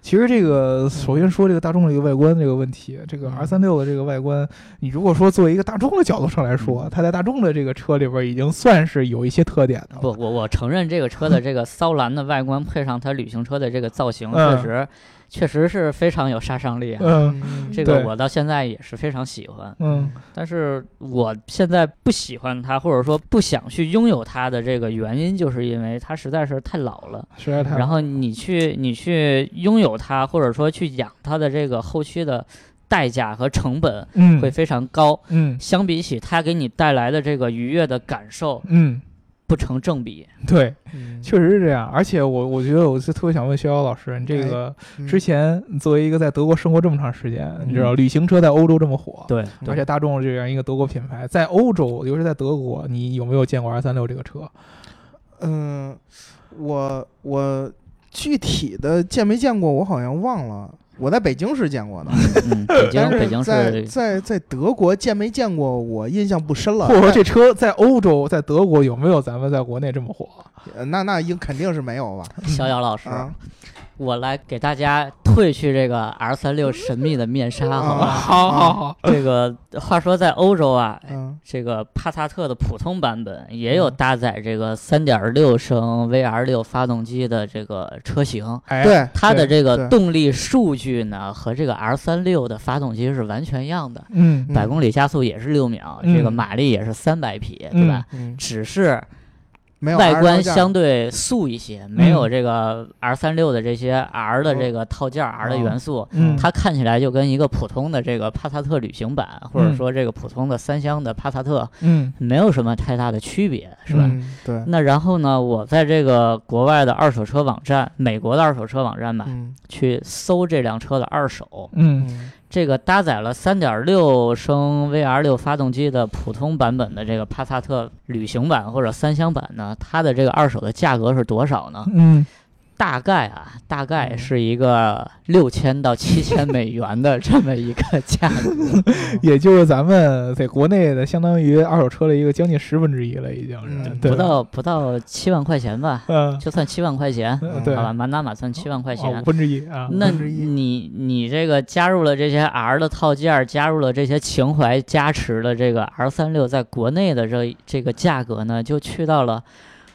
[SPEAKER 3] 其实这个首先说这个大众的一个外观这个问题，这个
[SPEAKER 2] 嗯
[SPEAKER 3] R 三六的这个外观，你如果说作为一个大众的角度上来
[SPEAKER 4] 嗯
[SPEAKER 3] 说，它在大众的这个车里边已经算是有一些特点的了。
[SPEAKER 4] 不，我我承认这个车的这个骚蓝的外观配上它旅行车的这个造型，
[SPEAKER 3] 嗯
[SPEAKER 4] 确实确实是非常有杀伤力啊。
[SPEAKER 3] 嗯
[SPEAKER 2] 嗯
[SPEAKER 4] 这
[SPEAKER 3] 对
[SPEAKER 4] 个我到现在也是非常喜欢，
[SPEAKER 3] 嗯
[SPEAKER 4] 但是我现在不喜欢它，或者说不想去拥有它的这个原因，就是因为它实在是太老了。
[SPEAKER 3] 实在太好
[SPEAKER 4] 然后你去你去拥有它，或者说去养它的这个后期的代价和成本
[SPEAKER 3] 嗯
[SPEAKER 4] 会非常高，
[SPEAKER 3] 嗯
[SPEAKER 4] 相比起它给你带来的这个愉悦的感受
[SPEAKER 3] 嗯
[SPEAKER 4] 不成正比。
[SPEAKER 3] 对，
[SPEAKER 2] 嗯
[SPEAKER 3] 确实是这样。而且我我觉得我是特别想问逍遥老师，你这个
[SPEAKER 4] 哎
[SPEAKER 2] 嗯
[SPEAKER 3] 之前作为一个在德国生活这么长时间，你知道
[SPEAKER 4] 嗯
[SPEAKER 3] 旅行车在欧洲这么火，
[SPEAKER 4] 对
[SPEAKER 3] 而且大众这样一个德国品牌，在欧洲，尤其是在德国，你有没有见过 R 三六这个车？
[SPEAKER 2] 嗯，我我具体的见没见过，我好像忘了。我在北京是见过的，
[SPEAKER 4] 嗯，北京
[SPEAKER 2] 但
[SPEAKER 4] 北京
[SPEAKER 2] 是在
[SPEAKER 4] 是
[SPEAKER 2] 在在德国见没见过，我印象不深 了。
[SPEAKER 3] 或者说
[SPEAKER 4] 哎
[SPEAKER 2] 但
[SPEAKER 3] 这车在欧洲，在德国有没有咱们在国内这么火？
[SPEAKER 2] 呃那那应肯定是没有吧？
[SPEAKER 4] 逍遥老师，
[SPEAKER 2] 啊，
[SPEAKER 4] 我来给大家褪去这个 R 三六神秘的面纱，好
[SPEAKER 2] 啊
[SPEAKER 4] 吗？
[SPEAKER 3] 好好好，
[SPEAKER 4] 这个话说在欧洲啊，
[SPEAKER 2] 嗯
[SPEAKER 4] 这个帕萨特的普通版本也有搭载这个3.6升 VR 六发动机的这个车型，
[SPEAKER 3] 哎，
[SPEAKER 2] 对，
[SPEAKER 4] 它的这
[SPEAKER 2] 对
[SPEAKER 4] 个动力数据呢和这个 R 3 6的发动机是完全一样的，
[SPEAKER 3] 嗯，
[SPEAKER 2] 嗯
[SPEAKER 4] 百公里加速也是六秒，
[SPEAKER 3] 嗯
[SPEAKER 4] 这个马力也是三百匹，对吧？
[SPEAKER 2] 嗯，
[SPEAKER 4] 只是
[SPEAKER 2] 没有
[SPEAKER 4] 外观
[SPEAKER 2] R 嗯
[SPEAKER 4] 相对素一些，没有这个 R 3 6的这些 R
[SPEAKER 2] 哦
[SPEAKER 4] 的这个套件、R 的元素，
[SPEAKER 3] 嗯，
[SPEAKER 4] 它看起来就跟一个普通的这个帕萨特旅行版，或者说这个普通的三厢的帕萨特
[SPEAKER 3] 嗯
[SPEAKER 4] 没有什么太大的区别，是吧？
[SPEAKER 2] 嗯对，
[SPEAKER 4] 那然后呢，我在这个国外的二手车网站，美国的二手车网站吧，
[SPEAKER 2] 嗯
[SPEAKER 4] 去搜这辆车的二手，
[SPEAKER 3] 嗯
[SPEAKER 2] 嗯
[SPEAKER 4] 这个搭载了3.6升 VR 六发动机的普通版本的这个帕萨特旅行版或者三厢版呢，它的这个二手的价格是多少呢？
[SPEAKER 3] 嗯，
[SPEAKER 4] 大概啊，大概是一个六千到七千 美元的这么一个价格。
[SPEAKER 2] 嗯
[SPEAKER 3] 也就是咱们在国内的相当于二手车的一个将近十分之一了，已经是
[SPEAKER 2] 嗯
[SPEAKER 3] 对
[SPEAKER 4] 不
[SPEAKER 3] 吧
[SPEAKER 4] 到不到七万块钱吧，
[SPEAKER 3] 嗯，
[SPEAKER 4] 就算七万块钱，
[SPEAKER 3] 嗯
[SPEAKER 2] 嗯
[SPEAKER 3] 对，
[SPEAKER 4] 好吧，满打满算七万块
[SPEAKER 3] 啊
[SPEAKER 4] 钱
[SPEAKER 3] 五。分之一啊，
[SPEAKER 4] 那
[SPEAKER 2] 之一
[SPEAKER 4] 你你这个加入了这些 R 的套件儿，加入了这些情怀加持的这个 R 三六，在国内的这这个价格呢，就去到了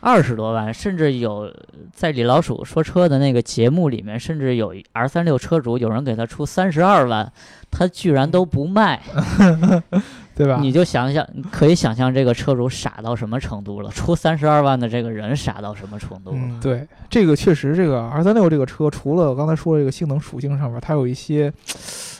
[SPEAKER 4] 二十多万，甚至有在李老鼠说车的那个节目里面，甚至有 R 三六车主有人给他出三十二万，他居然都不卖，
[SPEAKER 3] 对吧？
[SPEAKER 4] 你就想想，可以想象这个车主傻到什么程度了，出三十二万的这个人傻到什么程度了。
[SPEAKER 2] 嗯，
[SPEAKER 3] 对，这个确实，这个 R 三六这个车，除了我刚才说的这个性能属性上面，它有一些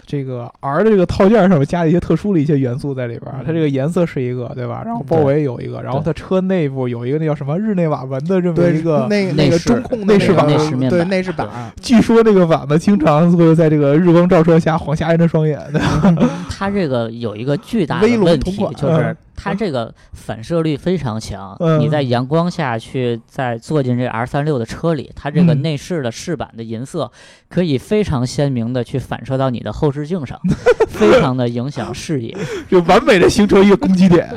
[SPEAKER 3] 这个 R 的这个套件上面加了一些特殊的一些元素在里边儿。它这个
[SPEAKER 2] 嗯
[SPEAKER 3] 颜色是一个，对吧？然后包围有一个，然后它车内部有一个那叫什么日内瓦纹的这么
[SPEAKER 2] 对
[SPEAKER 3] 一个。
[SPEAKER 2] 那
[SPEAKER 4] 内
[SPEAKER 2] 那个
[SPEAKER 4] 饰
[SPEAKER 2] 中控
[SPEAKER 3] 内饰
[SPEAKER 2] 版
[SPEAKER 3] 版
[SPEAKER 4] 内饰面
[SPEAKER 2] 对
[SPEAKER 4] 板
[SPEAKER 2] 内饰板，啊
[SPEAKER 3] 据说这个碗呢，经常会在这个日光照射下晃瞎人的双眼，对吧？
[SPEAKER 4] 它这个有一个巨大
[SPEAKER 2] 威
[SPEAKER 4] 的
[SPEAKER 2] 龙
[SPEAKER 4] 问
[SPEAKER 2] 同
[SPEAKER 4] 题
[SPEAKER 2] 款，
[SPEAKER 4] 就是
[SPEAKER 3] 嗯
[SPEAKER 4] 它这个反射率非常强。
[SPEAKER 3] 嗯
[SPEAKER 4] 你在阳光下去再坐进这 R 3 6的车里，它这个
[SPEAKER 3] 嗯
[SPEAKER 4] 内饰的饰板的银色可以非常鲜明的去反射到你的后视镜 上，非常的影响视野。
[SPEAKER 3] 就完美的形成一个攻击点，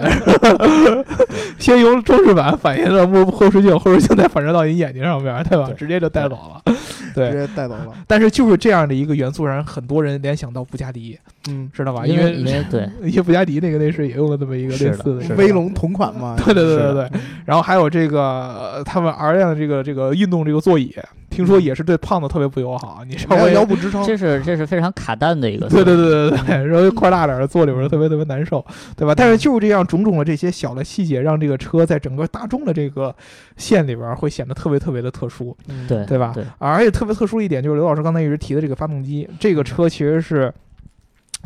[SPEAKER 3] 先由装饰板反映到幕后视镜，后视镜再反射到你眼睛上面，对吧？
[SPEAKER 4] 对
[SPEAKER 3] 直接就带走了。对
[SPEAKER 2] 直，接带走了。
[SPEAKER 3] 但是就是这样的一个元素，让很多人联想到布加迪，
[SPEAKER 2] 嗯，
[SPEAKER 3] 知道吧？
[SPEAKER 4] 因
[SPEAKER 3] 因
[SPEAKER 4] 为因为对，
[SPEAKER 3] 因为布加迪那个内饰也用了这么一个类似
[SPEAKER 4] 是的嗯
[SPEAKER 2] 威。龙同款嘛，
[SPEAKER 3] 对对对
[SPEAKER 4] 是
[SPEAKER 3] 对
[SPEAKER 4] 的
[SPEAKER 3] 对，然后还有这个呃他们 R 量的这个这个运动这个座椅，听
[SPEAKER 4] 嗯
[SPEAKER 3] 说也是对胖子特别不友好。你稍
[SPEAKER 2] 没有
[SPEAKER 3] 微
[SPEAKER 2] 腰部支撑，
[SPEAKER 4] 这是这是非常卡蛋的一个。
[SPEAKER 3] 哦对对
[SPEAKER 4] 嗯
[SPEAKER 3] 对对对，稍微块大点儿的坐里边儿特别特别难受，对吧？但
[SPEAKER 4] 嗯
[SPEAKER 3] 是就是这样种种的这些小的细节，让这个车在整个大众的这个线里边儿会显得特别特别的特殊。
[SPEAKER 2] 嗯
[SPEAKER 4] 对
[SPEAKER 3] 对吧
[SPEAKER 4] 对，
[SPEAKER 3] 而且特别特殊一点就是刘老师刚才一直提的这个发动机，这个
[SPEAKER 4] 嗯
[SPEAKER 3] 车其实是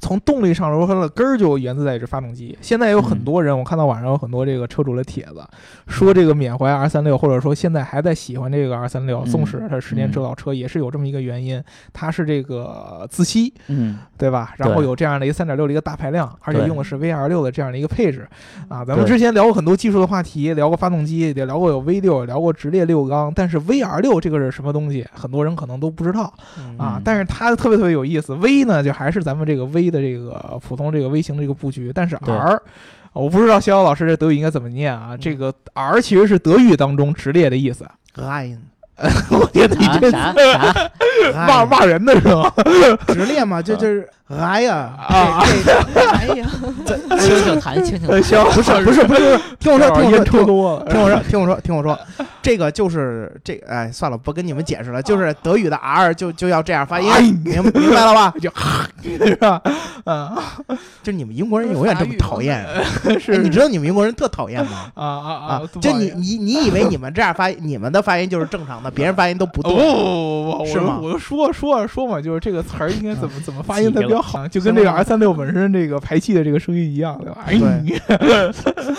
[SPEAKER 3] 从动力上说它的根儿就源自在于这发动机。现在有
[SPEAKER 4] 嗯
[SPEAKER 3] 很多人，我看到网上有很多这个车主的帖子，说这个缅怀 R 三六，或者说现在还在喜欢这个 R 三六，
[SPEAKER 4] 嗯
[SPEAKER 3] 纵使它十年制造车，也是有这么一个原因，它是这个自吸，
[SPEAKER 4] 嗯，
[SPEAKER 3] 对吧？然后
[SPEAKER 4] 对
[SPEAKER 3] 有这样的一个三点六的一个大排量，而且
[SPEAKER 4] 对
[SPEAKER 3] 用的是 VR 六的这样的一个配置，啊，咱们
[SPEAKER 4] 对
[SPEAKER 3] 之前聊过很多技术的话题，聊过发动机，也聊过有 V 六，聊过直列六缸，但是 VR 六这个是什么东西，很多人可能都不知道啊。
[SPEAKER 4] 嗯
[SPEAKER 3] 但是它特别特别有意思，V 呢就还是咱们这个 V 的这个普通这个微型的这个布局，但是
[SPEAKER 4] 对
[SPEAKER 3] R。我不知道逍遥老师这德语应该怎么念啊？这个 R 其实是德语当中直列的意思。
[SPEAKER 2] Line
[SPEAKER 3] 我天哪，
[SPEAKER 4] 啥
[SPEAKER 3] 你这
[SPEAKER 4] 啊啥啥，
[SPEAKER 2] 哎
[SPEAKER 3] 骂骂人的是吗？
[SPEAKER 2] 直列嘛，
[SPEAKER 4] 嗯
[SPEAKER 2] 就就是哎呀，
[SPEAKER 3] 啊，
[SPEAKER 1] 哎呀，
[SPEAKER 4] 清清痰，清清痰。
[SPEAKER 3] 逍遥
[SPEAKER 2] 不是不是不是，听我说听我
[SPEAKER 3] 烟
[SPEAKER 2] 说
[SPEAKER 3] 抽多了，
[SPEAKER 2] 听我说，听我说，听我说，这个就是这，哎，算了，不跟你们解释了，就是德语的 R 就就要这样发音
[SPEAKER 3] 啊哎，
[SPEAKER 2] 明明白了 吧？
[SPEAKER 3] 是吧？啊，
[SPEAKER 2] 就你们英国人永远这么讨厌，哎
[SPEAKER 3] 是
[SPEAKER 2] 你知道你们英国人特讨厌吗？
[SPEAKER 3] 啊 啊
[SPEAKER 2] 啊
[SPEAKER 3] 啊！，
[SPEAKER 2] 就你你你以为你们这样发，你们的发音就是正常的，别人发音都不
[SPEAKER 3] 不不
[SPEAKER 2] 对。
[SPEAKER 3] 不不，
[SPEAKER 2] 是吗
[SPEAKER 3] 哦我就说说啊说嘛，就是这个词儿应该怎么怎么发音才比较好，就跟
[SPEAKER 2] 行
[SPEAKER 3] 这个
[SPEAKER 2] 了
[SPEAKER 3] R 三六本身这个排气的这个声音一样，对吧？哎
[SPEAKER 2] 对嗯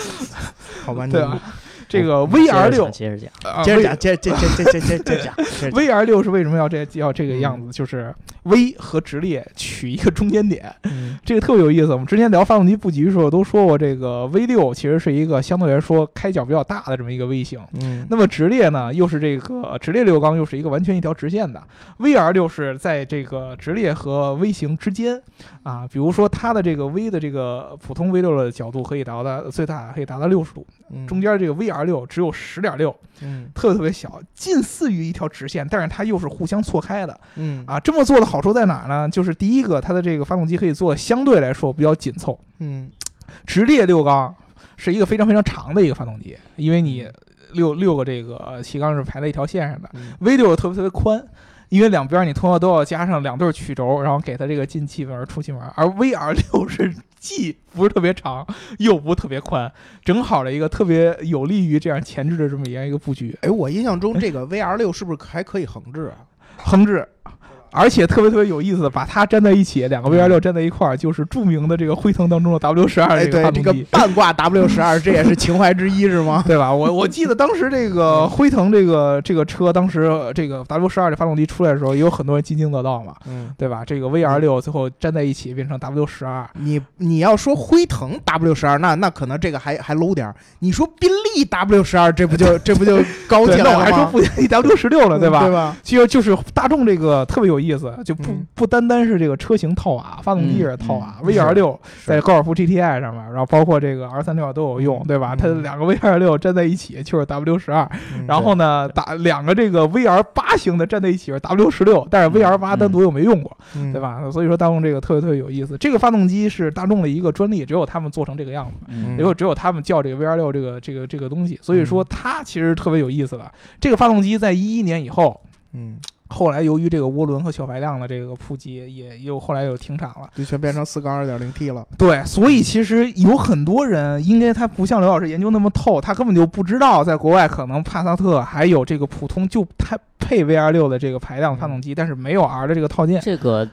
[SPEAKER 2] 好吧，你
[SPEAKER 3] 对吧？啊这个
[SPEAKER 4] 嗯接着
[SPEAKER 3] VR 六啊
[SPEAKER 4] 讲，接着讲，
[SPEAKER 2] 接着讲，接着接着接着接着接着讲，接着讲
[SPEAKER 3] ，VR 六是为什么要这要这个样子？就是微和直列取一个中间点，
[SPEAKER 4] 嗯
[SPEAKER 3] 这个特别有意思。我们之前聊发动机布局的时候都说过，这个 V 六其实是一个相对来说开角比较大的这么一个微型。
[SPEAKER 2] 嗯，
[SPEAKER 3] 那么直列呢，又是这个直列六缸，又是一个完全一条直线的。VR 六是在这个直列和 V 型之间啊，比如说它的这个 V 的这个普通 V 六的角度可以达到最大可以达到六十度，
[SPEAKER 2] 嗯
[SPEAKER 3] 中间这个 VR 六只有十点六，
[SPEAKER 2] 嗯
[SPEAKER 3] 特别特别小，近似于一条直线，但是它又是互相错开的
[SPEAKER 2] 嗯
[SPEAKER 3] 啊。这么做的好处在哪儿呢？就是第一个，它的这个发动机可以做得相对来说比较紧凑，
[SPEAKER 2] 嗯
[SPEAKER 3] 直列六缸是一个非常非常长的一个发动机，因为你六六个这个气缸是排在一条线上的。
[SPEAKER 2] 嗯
[SPEAKER 3] V 六特别特别宽，因为两边你通过都要加上两对曲轴，然后给它这个进气门、出气门。而 VR 六 是既不是特别长，又不特别宽，正好的一个特别有利于这样前置的这么一样一个布局，
[SPEAKER 2] 哎，我印象中 这个 VR 六是不是还可以横置啊？
[SPEAKER 3] 横置。而且特别特别有意思，把它粘在一起，两个 VR 六粘在一块儿，就是著名的这个辉腾当中的 W 十二
[SPEAKER 2] 嗯哎，
[SPEAKER 3] 这个发
[SPEAKER 2] 对，
[SPEAKER 3] 动
[SPEAKER 2] 这
[SPEAKER 3] 机。
[SPEAKER 2] 个半挂 W 十二，这也是情怀之一是 吗？
[SPEAKER 3] 对吧？我我记得当时这个
[SPEAKER 2] 嗯
[SPEAKER 3] 辉腾这个这个车，当时呃这个 W 十二这发动机出来的时候，也有很多人津津乐道嘛，
[SPEAKER 2] 嗯，
[SPEAKER 3] 对吧？这个 VR 六最后粘在一起变成 W 十二，
[SPEAKER 2] 你你要说辉腾 W 十二，那那可能这个还还 low 点儿。你说宾利 W 十二，这不 就这不就高级
[SPEAKER 3] 对，
[SPEAKER 2] 了
[SPEAKER 3] 那我
[SPEAKER 2] 吗？嗯
[SPEAKER 3] 还说不建议 W 十六了，
[SPEAKER 2] 对
[SPEAKER 3] 对吧？
[SPEAKER 2] 吧？
[SPEAKER 3] 就就是大众这个特别有意思，就不
[SPEAKER 2] 嗯
[SPEAKER 3] 不单单是这个车型套娃，发动机也是套娃。
[SPEAKER 4] 嗯
[SPEAKER 3] VR 六
[SPEAKER 2] 是
[SPEAKER 3] 在高尔夫 GTI 上面，然后包括这个 R 三六啊都有用，对吧？它
[SPEAKER 2] 嗯
[SPEAKER 3] 两个 VR 六粘在一起就是 W 十二，
[SPEAKER 2] 嗯
[SPEAKER 3] 然后呢，打两个这个 VR 八型的站在一起是 W 十六，但是 VR 八
[SPEAKER 4] 嗯
[SPEAKER 3] 单独又没用过，
[SPEAKER 2] 嗯
[SPEAKER 3] 对吧？所以说大众这个特别特别有意思，这个发动机是大众的一个专利，只有他们做成这个样子，
[SPEAKER 4] 嗯
[SPEAKER 3] 也有只有他们叫这个 VR 六这个这个这个东西，所以说它其实特别有意思的。这个发动机在一一年以后。
[SPEAKER 2] 嗯，
[SPEAKER 3] 后来由于这个涡轮和小排量的这个普及，也又后来又停产了。
[SPEAKER 2] 就全变成四缸二点零 T 了。
[SPEAKER 3] 对，所以其实有很多人，应该他不像刘老师研究那么透，他根本就不知道，在国外可能帕萨特还有这个普通就它配 VR 六的这个排量发动机，但是没有 R 的这个套件。
[SPEAKER 4] 这个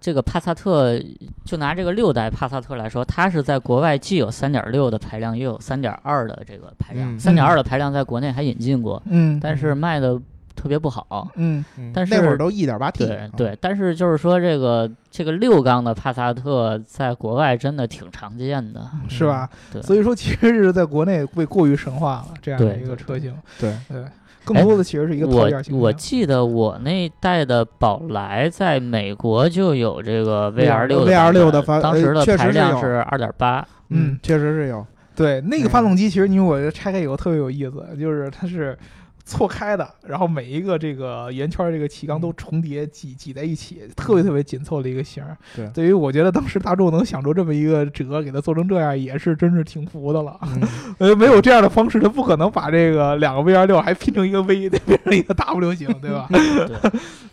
[SPEAKER 4] 这个帕萨特，就拿这个六代帕萨特来说，它是在国外既有3.6的排量，也有3.2的这个排量。
[SPEAKER 2] 嗯
[SPEAKER 4] 3.2的排量在国内还引进过，
[SPEAKER 3] 嗯，
[SPEAKER 4] 但是卖的特别不好。
[SPEAKER 3] 嗯
[SPEAKER 2] 嗯
[SPEAKER 4] 但是
[SPEAKER 2] 那会儿都一点八 T，嗯
[SPEAKER 4] 对对，但是就是说这个这个六缸的帕萨特在国外真的挺常见的，
[SPEAKER 3] 是吧？
[SPEAKER 4] 对
[SPEAKER 3] 所以说其实是在国内被过于神化了这样的一个车型。
[SPEAKER 2] 对，
[SPEAKER 3] 对，更多的其实是一个套
[SPEAKER 4] 我
[SPEAKER 3] 件型。
[SPEAKER 4] 我记得我那代的宝来在美国就有这个 VR 六
[SPEAKER 2] VR 六的发
[SPEAKER 4] 当
[SPEAKER 2] 呃
[SPEAKER 4] 时的
[SPEAKER 2] 确实
[SPEAKER 4] 排
[SPEAKER 2] 是
[SPEAKER 4] 量
[SPEAKER 2] 有
[SPEAKER 4] 是二点八，
[SPEAKER 3] 嗯
[SPEAKER 2] 嗯，确实是有。
[SPEAKER 3] 对，那个
[SPEAKER 2] 嗯
[SPEAKER 3] 发动机其实你我觉得拆开以后特别有意思，就是它是错开的，然后每一个这个圆圈儿这个气缸都重叠挤挤在一起，特别特别紧凑的一个型儿。
[SPEAKER 2] 对
[SPEAKER 3] 于我觉得当时大众能想出这么一个辙，给它做成这样，也是真是挺服的了。
[SPEAKER 2] 嗯
[SPEAKER 3] 呃，没有这样的方式，它不可能把这个两个 VR 六还拼成一个 V，再变成一个 W 型，对吧？
[SPEAKER 4] 对，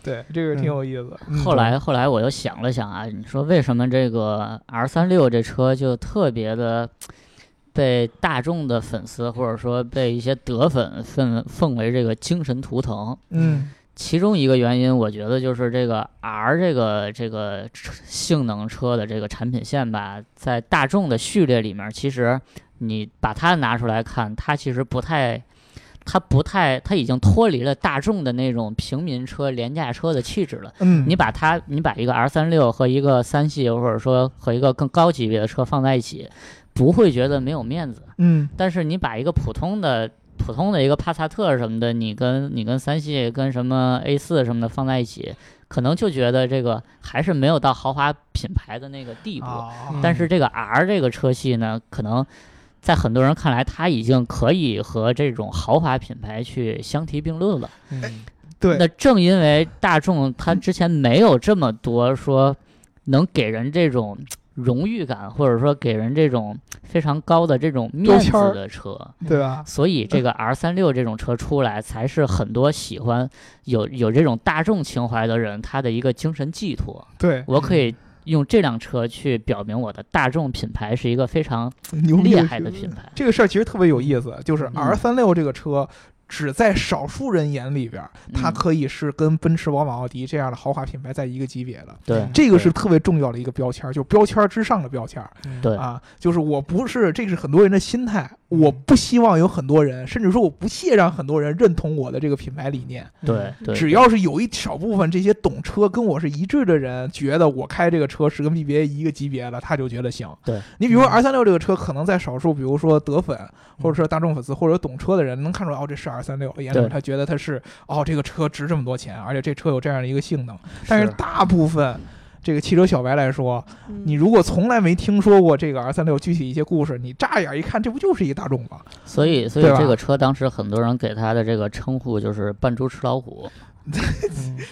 [SPEAKER 3] 对，这个挺有意思。嗯
[SPEAKER 4] 后来后来我又想了想啊，你说为什么这个 R 三六这车就特别的被大众的粉丝或者说被一些德粉奉奉为这个精神图腾？
[SPEAKER 3] 嗯
[SPEAKER 4] 其中一个原因，我觉得就是这个 R 这个这个车性能车的这个产品线吧，在大众的序列里面，其实你把它拿出来看，它其实不太，它不太，它已经脱离了大众的那种平民车、廉价车的气质了。
[SPEAKER 3] 嗯，
[SPEAKER 4] 你把它，你把一个 R 三六和一个三系，或者说和一个更高级别的车放在一起，不会觉得没有面子。
[SPEAKER 3] 嗯
[SPEAKER 4] 但是你把一个普通的、普通的一个帕萨特什么的，你跟你跟三系、跟什么 A 四什么的放在一起，可能就觉得这个还是没有到豪华品牌的那个地步。
[SPEAKER 3] 啊，
[SPEAKER 4] 但是这个 R 这个车系呢，可能在很多人看来，它已经可以和这种豪华品牌去相提并论了。
[SPEAKER 3] 哎
[SPEAKER 2] 嗯
[SPEAKER 3] 对
[SPEAKER 4] 那正因为大众它之前没有这么多说能给人这种荣誉感，或者说给人这种非常高的这种面子的车，
[SPEAKER 3] 对吧？
[SPEAKER 4] 所以这个
[SPEAKER 3] 嗯
[SPEAKER 4] R 三六这种车出来，才是很多喜欢有有这种大众情怀的人他的一个精神寄托。
[SPEAKER 3] 对，
[SPEAKER 4] 我可以用这辆车去表明我的大众品牌是一个非常
[SPEAKER 3] 牛逼
[SPEAKER 4] 厉
[SPEAKER 3] 的
[SPEAKER 4] 害
[SPEAKER 3] 车
[SPEAKER 4] 的品牌。
[SPEAKER 3] 这个事儿其实特别有意思，就是
[SPEAKER 4] 嗯
[SPEAKER 3] R 三六这个车。只在少数人眼里边，它
[SPEAKER 4] 嗯
[SPEAKER 3] 可以是跟奔驰、宝马、奥迪这样的豪华品牌在一个级别的，
[SPEAKER 4] 嗯对，
[SPEAKER 3] 这个是特别重要的一个标签儿，就标签儿之上的标签儿
[SPEAKER 4] 对
[SPEAKER 3] 啊。就是我不是，这是很多人的心态，我
[SPEAKER 4] 嗯
[SPEAKER 3] 不希望有很多人，甚至说我不屑让很多人认同我的这个品牌理念。
[SPEAKER 2] 嗯
[SPEAKER 4] 对对，
[SPEAKER 3] 只要是有一少部分这些懂车跟我是一致的人，觉得我开这个车是跟 BBA 一个级别了，他就觉得行。
[SPEAKER 4] 对
[SPEAKER 3] 你比如说
[SPEAKER 2] 嗯
[SPEAKER 3] R 三六这个车，可能在少数，比如说德粉或者说大众粉丝或者懂车的人能看出来，哦，这是 R 三六，也
[SPEAKER 4] 嗯对
[SPEAKER 3] 许他觉得它是哦，这个车值这么多钱，而且这车有这样的一个性能。但是大部分。这个汽车小白来说，
[SPEAKER 1] 嗯
[SPEAKER 3] 你如果从来没听说过这个 R 三六具体一些故事，你乍眼一看，这不就是一大众吗？
[SPEAKER 4] 所以所以
[SPEAKER 3] 对吧
[SPEAKER 4] 这个车当时很多人给它的这个称呼就是“扮猪吃老虎”，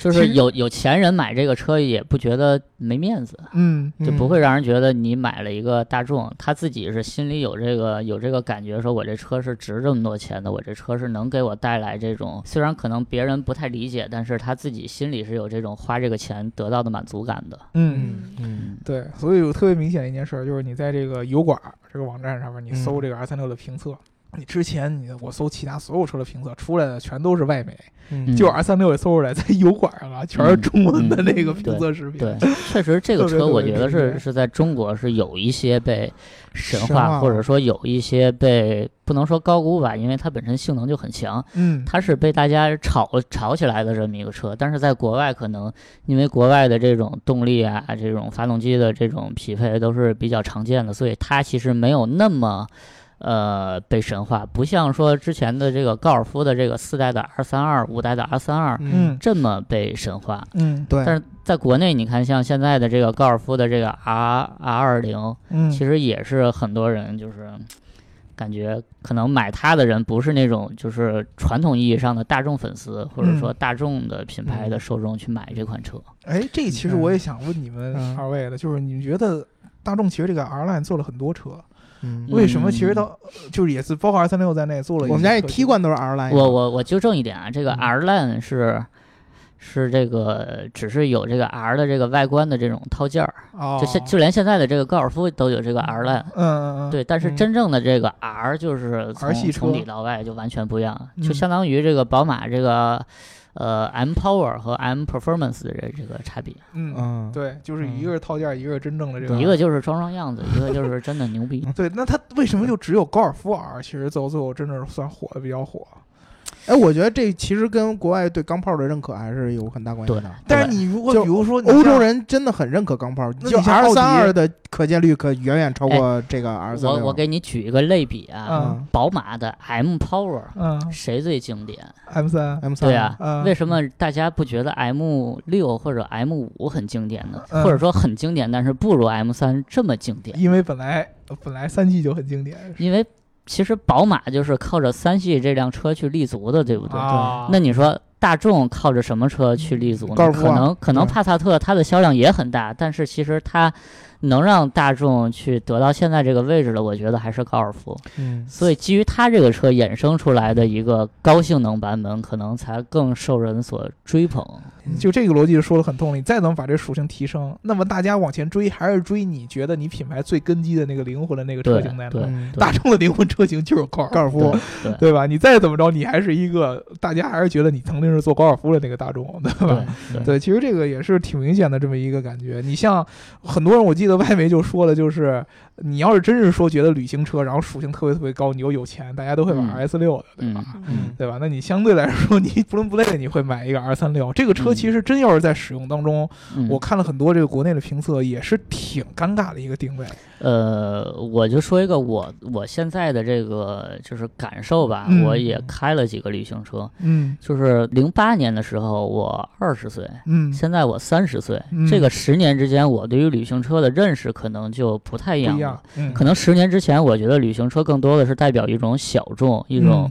[SPEAKER 4] 就
[SPEAKER 3] 其
[SPEAKER 4] 是
[SPEAKER 3] 实
[SPEAKER 4] 有有钱人买这个车也不觉得没面子，
[SPEAKER 3] 嗯，
[SPEAKER 4] 就不
[SPEAKER 3] 嗯
[SPEAKER 4] 会让人觉得你买了一个大众，他自己是心里有这个有这个感觉，说我这车是值这么多钱的，我这车是能给我带来这种，虽然可能别人不太理解，但是他自己心里是有这种花这个钱得到的满足感的。
[SPEAKER 3] 嗯，
[SPEAKER 2] 嗯，
[SPEAKER 3] 对，所以有特别明显的一件事儿，就是你在这个油管儿这个网站上面，你搜
[SPEAKER 2] 嗯
[SPEAKER 3] 这个 R 三六的评测，你之前你我搜其他所有车的评测出来的全都是外媒，
[SPEAKER 2] 嗯
[SPEAKER 3] 就 R 三六也搜出来，在油管上啊全是
[SPEAKER 4] 嗯
[SPEAKER 3] 中文的那个
[SPEAKER 1] 嗯
[SPEAKER 3] 评测视频。
[SPEAKER 4] 对，确实这个
[SPEAKER 3] 特别
[SPEAKER 4] 车我觉得
[SPEAKER 3] 特别明
[SPEAKER 4] 是
[SPEAKER 3] 显
[SPEAKER 4] 是在中国是有一些被神
[SPEAKER 2] 神
[SPEAKER 4] 化，
[SPEAKER 2] 话
[SPEAKER 4] 或者说有一些被不能说高估吧，因为它本身性能就很强，
[SPEAKER 3] 嗯，
[SPEAKER 4] 它是被大家炒炒起来的这么一个车。但是在国外可能因为国外的这种动力啊、这种发动机的这种匹配都是比较常见的，所以它其实没有那么。呃，被神化，不像说之前的这个高尔夫的这个四代的 R 三二、五代的 R 三二
[SPEAKER 2] 嗯
[SPEAKER 3] 嗯
[SPEAKER 4] 这么被神化，
[SPEAKER 3] 嗯
[SPEAKER 2] 对，
[SPEAKER 4] 但是在国内，你看像现在的这个高尔夫的这个 R R 二零，
[SPEAKER 3] 嗯，
[SPEAKER 4] 其实也是很多人就是感觉可能买它的人不是那种就是传统意义上的大众粉丝，或者
[SPEAKER 3] 嗯
[SPEAKER 4] 说大众的品牌的受众去买这款车。
[SPEAKER 3] 哎，这其实
[SPEAKER 2] 嗯
[SPEAKER 3] 我也想问你们
[SPEAKER 2] 嗯
[SPEAKER 3] 二位的，就是你们觉得大众其实这个 R line 做了很多车，
[SPEAKER 2] 嗯
[SPEAKER 3] 为什么其
[SPEAKER 4] 嗯
[SPEAKER 3] 实到就是也是包括 R 三六在内做了一
[SPEAKER 2] 我
[SPEAKER 3] 些车型，
[SPEAKER 2] 们家那 T 冠都是 R
[SPEAKER 3] 哎
[SPEAKER 2] line，
[SPEAKER 4] 我我我纠正一点啊，这个
[SPEAKER 2] 嗯
[SPEAKER 4] R line 是。是这个，只是有这个 R 的这个外观的这种套件儿，
[SPEAKER 3] 哦，
[SPEAKER 4] 就现就连现在的这个高尔夫都有这个 R line，
[SPEAKER 3] 嗯嗯嗯，
[SPEAKER 4] 对，但是
[SPEAKER 3] 嗯
[SPEAKER 4] 真正的这个 R 就是从
[SPEAKER 3] 系
[SPEAKER 4] 从
[SPEAKER 3] 车
[SPEAKER 4] 里到外就完全不一样，
[SPEAKER 3] 嗯
[SPEAKER 4] 就相当于这个宝马这个呃 M Power 和 M Performance 的这这个差别，
[SPEAKER 3] 嗯。
[SPEAKER 2] 嗯，
[SPEAKER 3] 对，就是
[SPEAKER 2] 嗯
[SPEAKER 3] 一个是套件儿，一个是真正的这个。
[SPEAKER 4] 一个就是装装样子，一个就是真的牛逼。
[SPEAKER 3] 对，那它为什么就只有高尔夫 R？其实最后最后真的是算火的比较火。
[SPEAKER 2] 哎，我觉得这其实跟国外对钢炮的认可还是有很大关系
[SPEAKER 4] 对
[SPEAKER 2] 的。，
[SPEAKER 3] 嗯但是你如果
[SPEAKER 2] 就
[SPEAKER 3] 比如说你
[SPEAKER 2] 欧洲
[SPEAKER 3] 像，
[SPEAKER 2] 人真的很认可钢炮，
[SPEAKER 3] 那
[SPEAKER 2] 就
[SPEAKER 3] 你像奥
[SPEAKER 2] R
[SPEAKER 3] 迪
[SPEAKER 2] 三二的可见率可远远超过这个 R 三
[SPEAKER 4] 我
[SPEAKER 2] 六。
[SPEAKER 4] 我给你举一个类比啊，
[SPEAKER 3] 嗯
[SPEAKER 4] 宝马的 M Power
[SPEAKER 3] 嗯
[SPEAKER 4] 谁最经典？
[SPEAKER 3] ，M 三，
[SPEAKER 2] M 三
[SPEAKER 4] 对啊，
[SPEAKER 3] 嗯
[SPEAKER 4] 为什么大家不觉得 M 六或者 M 五很经典呢？
[SPEAKER 3] 嗯
[SPEAKER 4] 或者说很经典，但是不如 M 三这么经典？
[SPEAKER 3] 因为本来本来三系就很经典，
[SPEAKER 4] 因为其实宝马就是靠着三系这辆车去立足的，对不对？
[SPEAKER 3] 啊，
[SPEAKER 4] 那你说大众靠着什么车去立足呢？
[SPEAKER 2] 高尔夫
[SPEAKER 4] 可
[SPEAKER 2] 啊
[SPEAKER 4] 能可能
[SPEAKER 2] 对
[SPEAKER 4] 帕萨特它的销量也很大，但是其实它能让大众去得到现在这个位置的，我觉得还是高尔夫。
[SPEAKER 2] 嗯
[SPEAKER 4] 所以基于它这个车衍生出来的一个高性能版本，可能才更受人所追捧。
[SPEAKER 3] 就这个逻辑就说的很通。你再怎么把这属性提升，那么大家往前追还是追你觉得你品牌最根基的那个灵魂的那个车
[SPEAKER 4] 对
[SPEAKER 3] 型在
[SPEAKER 4] 对
[SPEAKER 3] 哪？
[SPEAKER 2] 嗯
[SPEAKER 4] 对
[SPEAKER 3] 大众的灵魂车型就是高尔夫
[SPEAKER 2] 高尔夫，
[SPEAKER 4] 对
[SPEAKER 3] 对吧？你再怎么着，你还是一个大家还是觉得你曾经是做高尔夫的那个大众，对吧？
[SPEAKER 4] 对对
[SPEAKER 3] 对，其实这个也是挺明显的这么一个感觉。你像很多人，我记得外媒就说了，就是你要是真是说觉得旅行车，然后属性特别特别高，你又有钱，大家都会买
[SPEAKER 4] 嗯
[SPEAKER 3] S 六的，对吧？
[SPEAKER 4] 嗯
[SPEAKER 2] 嗯
[SPEAKER 3] 对吧？那你相对来说，你不伦不类，你会买一个 R 三六。这个车
[SPEAKER 4] 嗯
[SPEAKER 3] 其实真要是在使用当中，
[SPEAKER 4] 嗯
[SPEAKER 3] 我看了很多这个国内的评测，也是挺尴尬的一个定位。
[SPEAKER 4] 呃，我就说一个我我现在的这个就是感受吧，
[SPEAKER 3] 嗯
[SPEAKER 4] 我也开了几个旅行车，
[SPEAKER 3] 嗯
[SPEAKER 4] 就是零八年的时候我二十岁，
[SPEAKER 3] 嗯
[SPEAKER 4] 现在我三十岁，
[SPEAKER 3] 嗯
[SPEAKER 4] 这个十年之间，我对于旅行车的认识可能就不太一
[SPEAKER 3] 不
[SPEAKER 4] 样
[SPEAKER 3] 一
[SPEAKER 4] 了。
[SPEAKER 3] 样，嗯，
[SPEAKER 4] 可能十年之前，我觉得旅行车更多的是代表一种小众，一种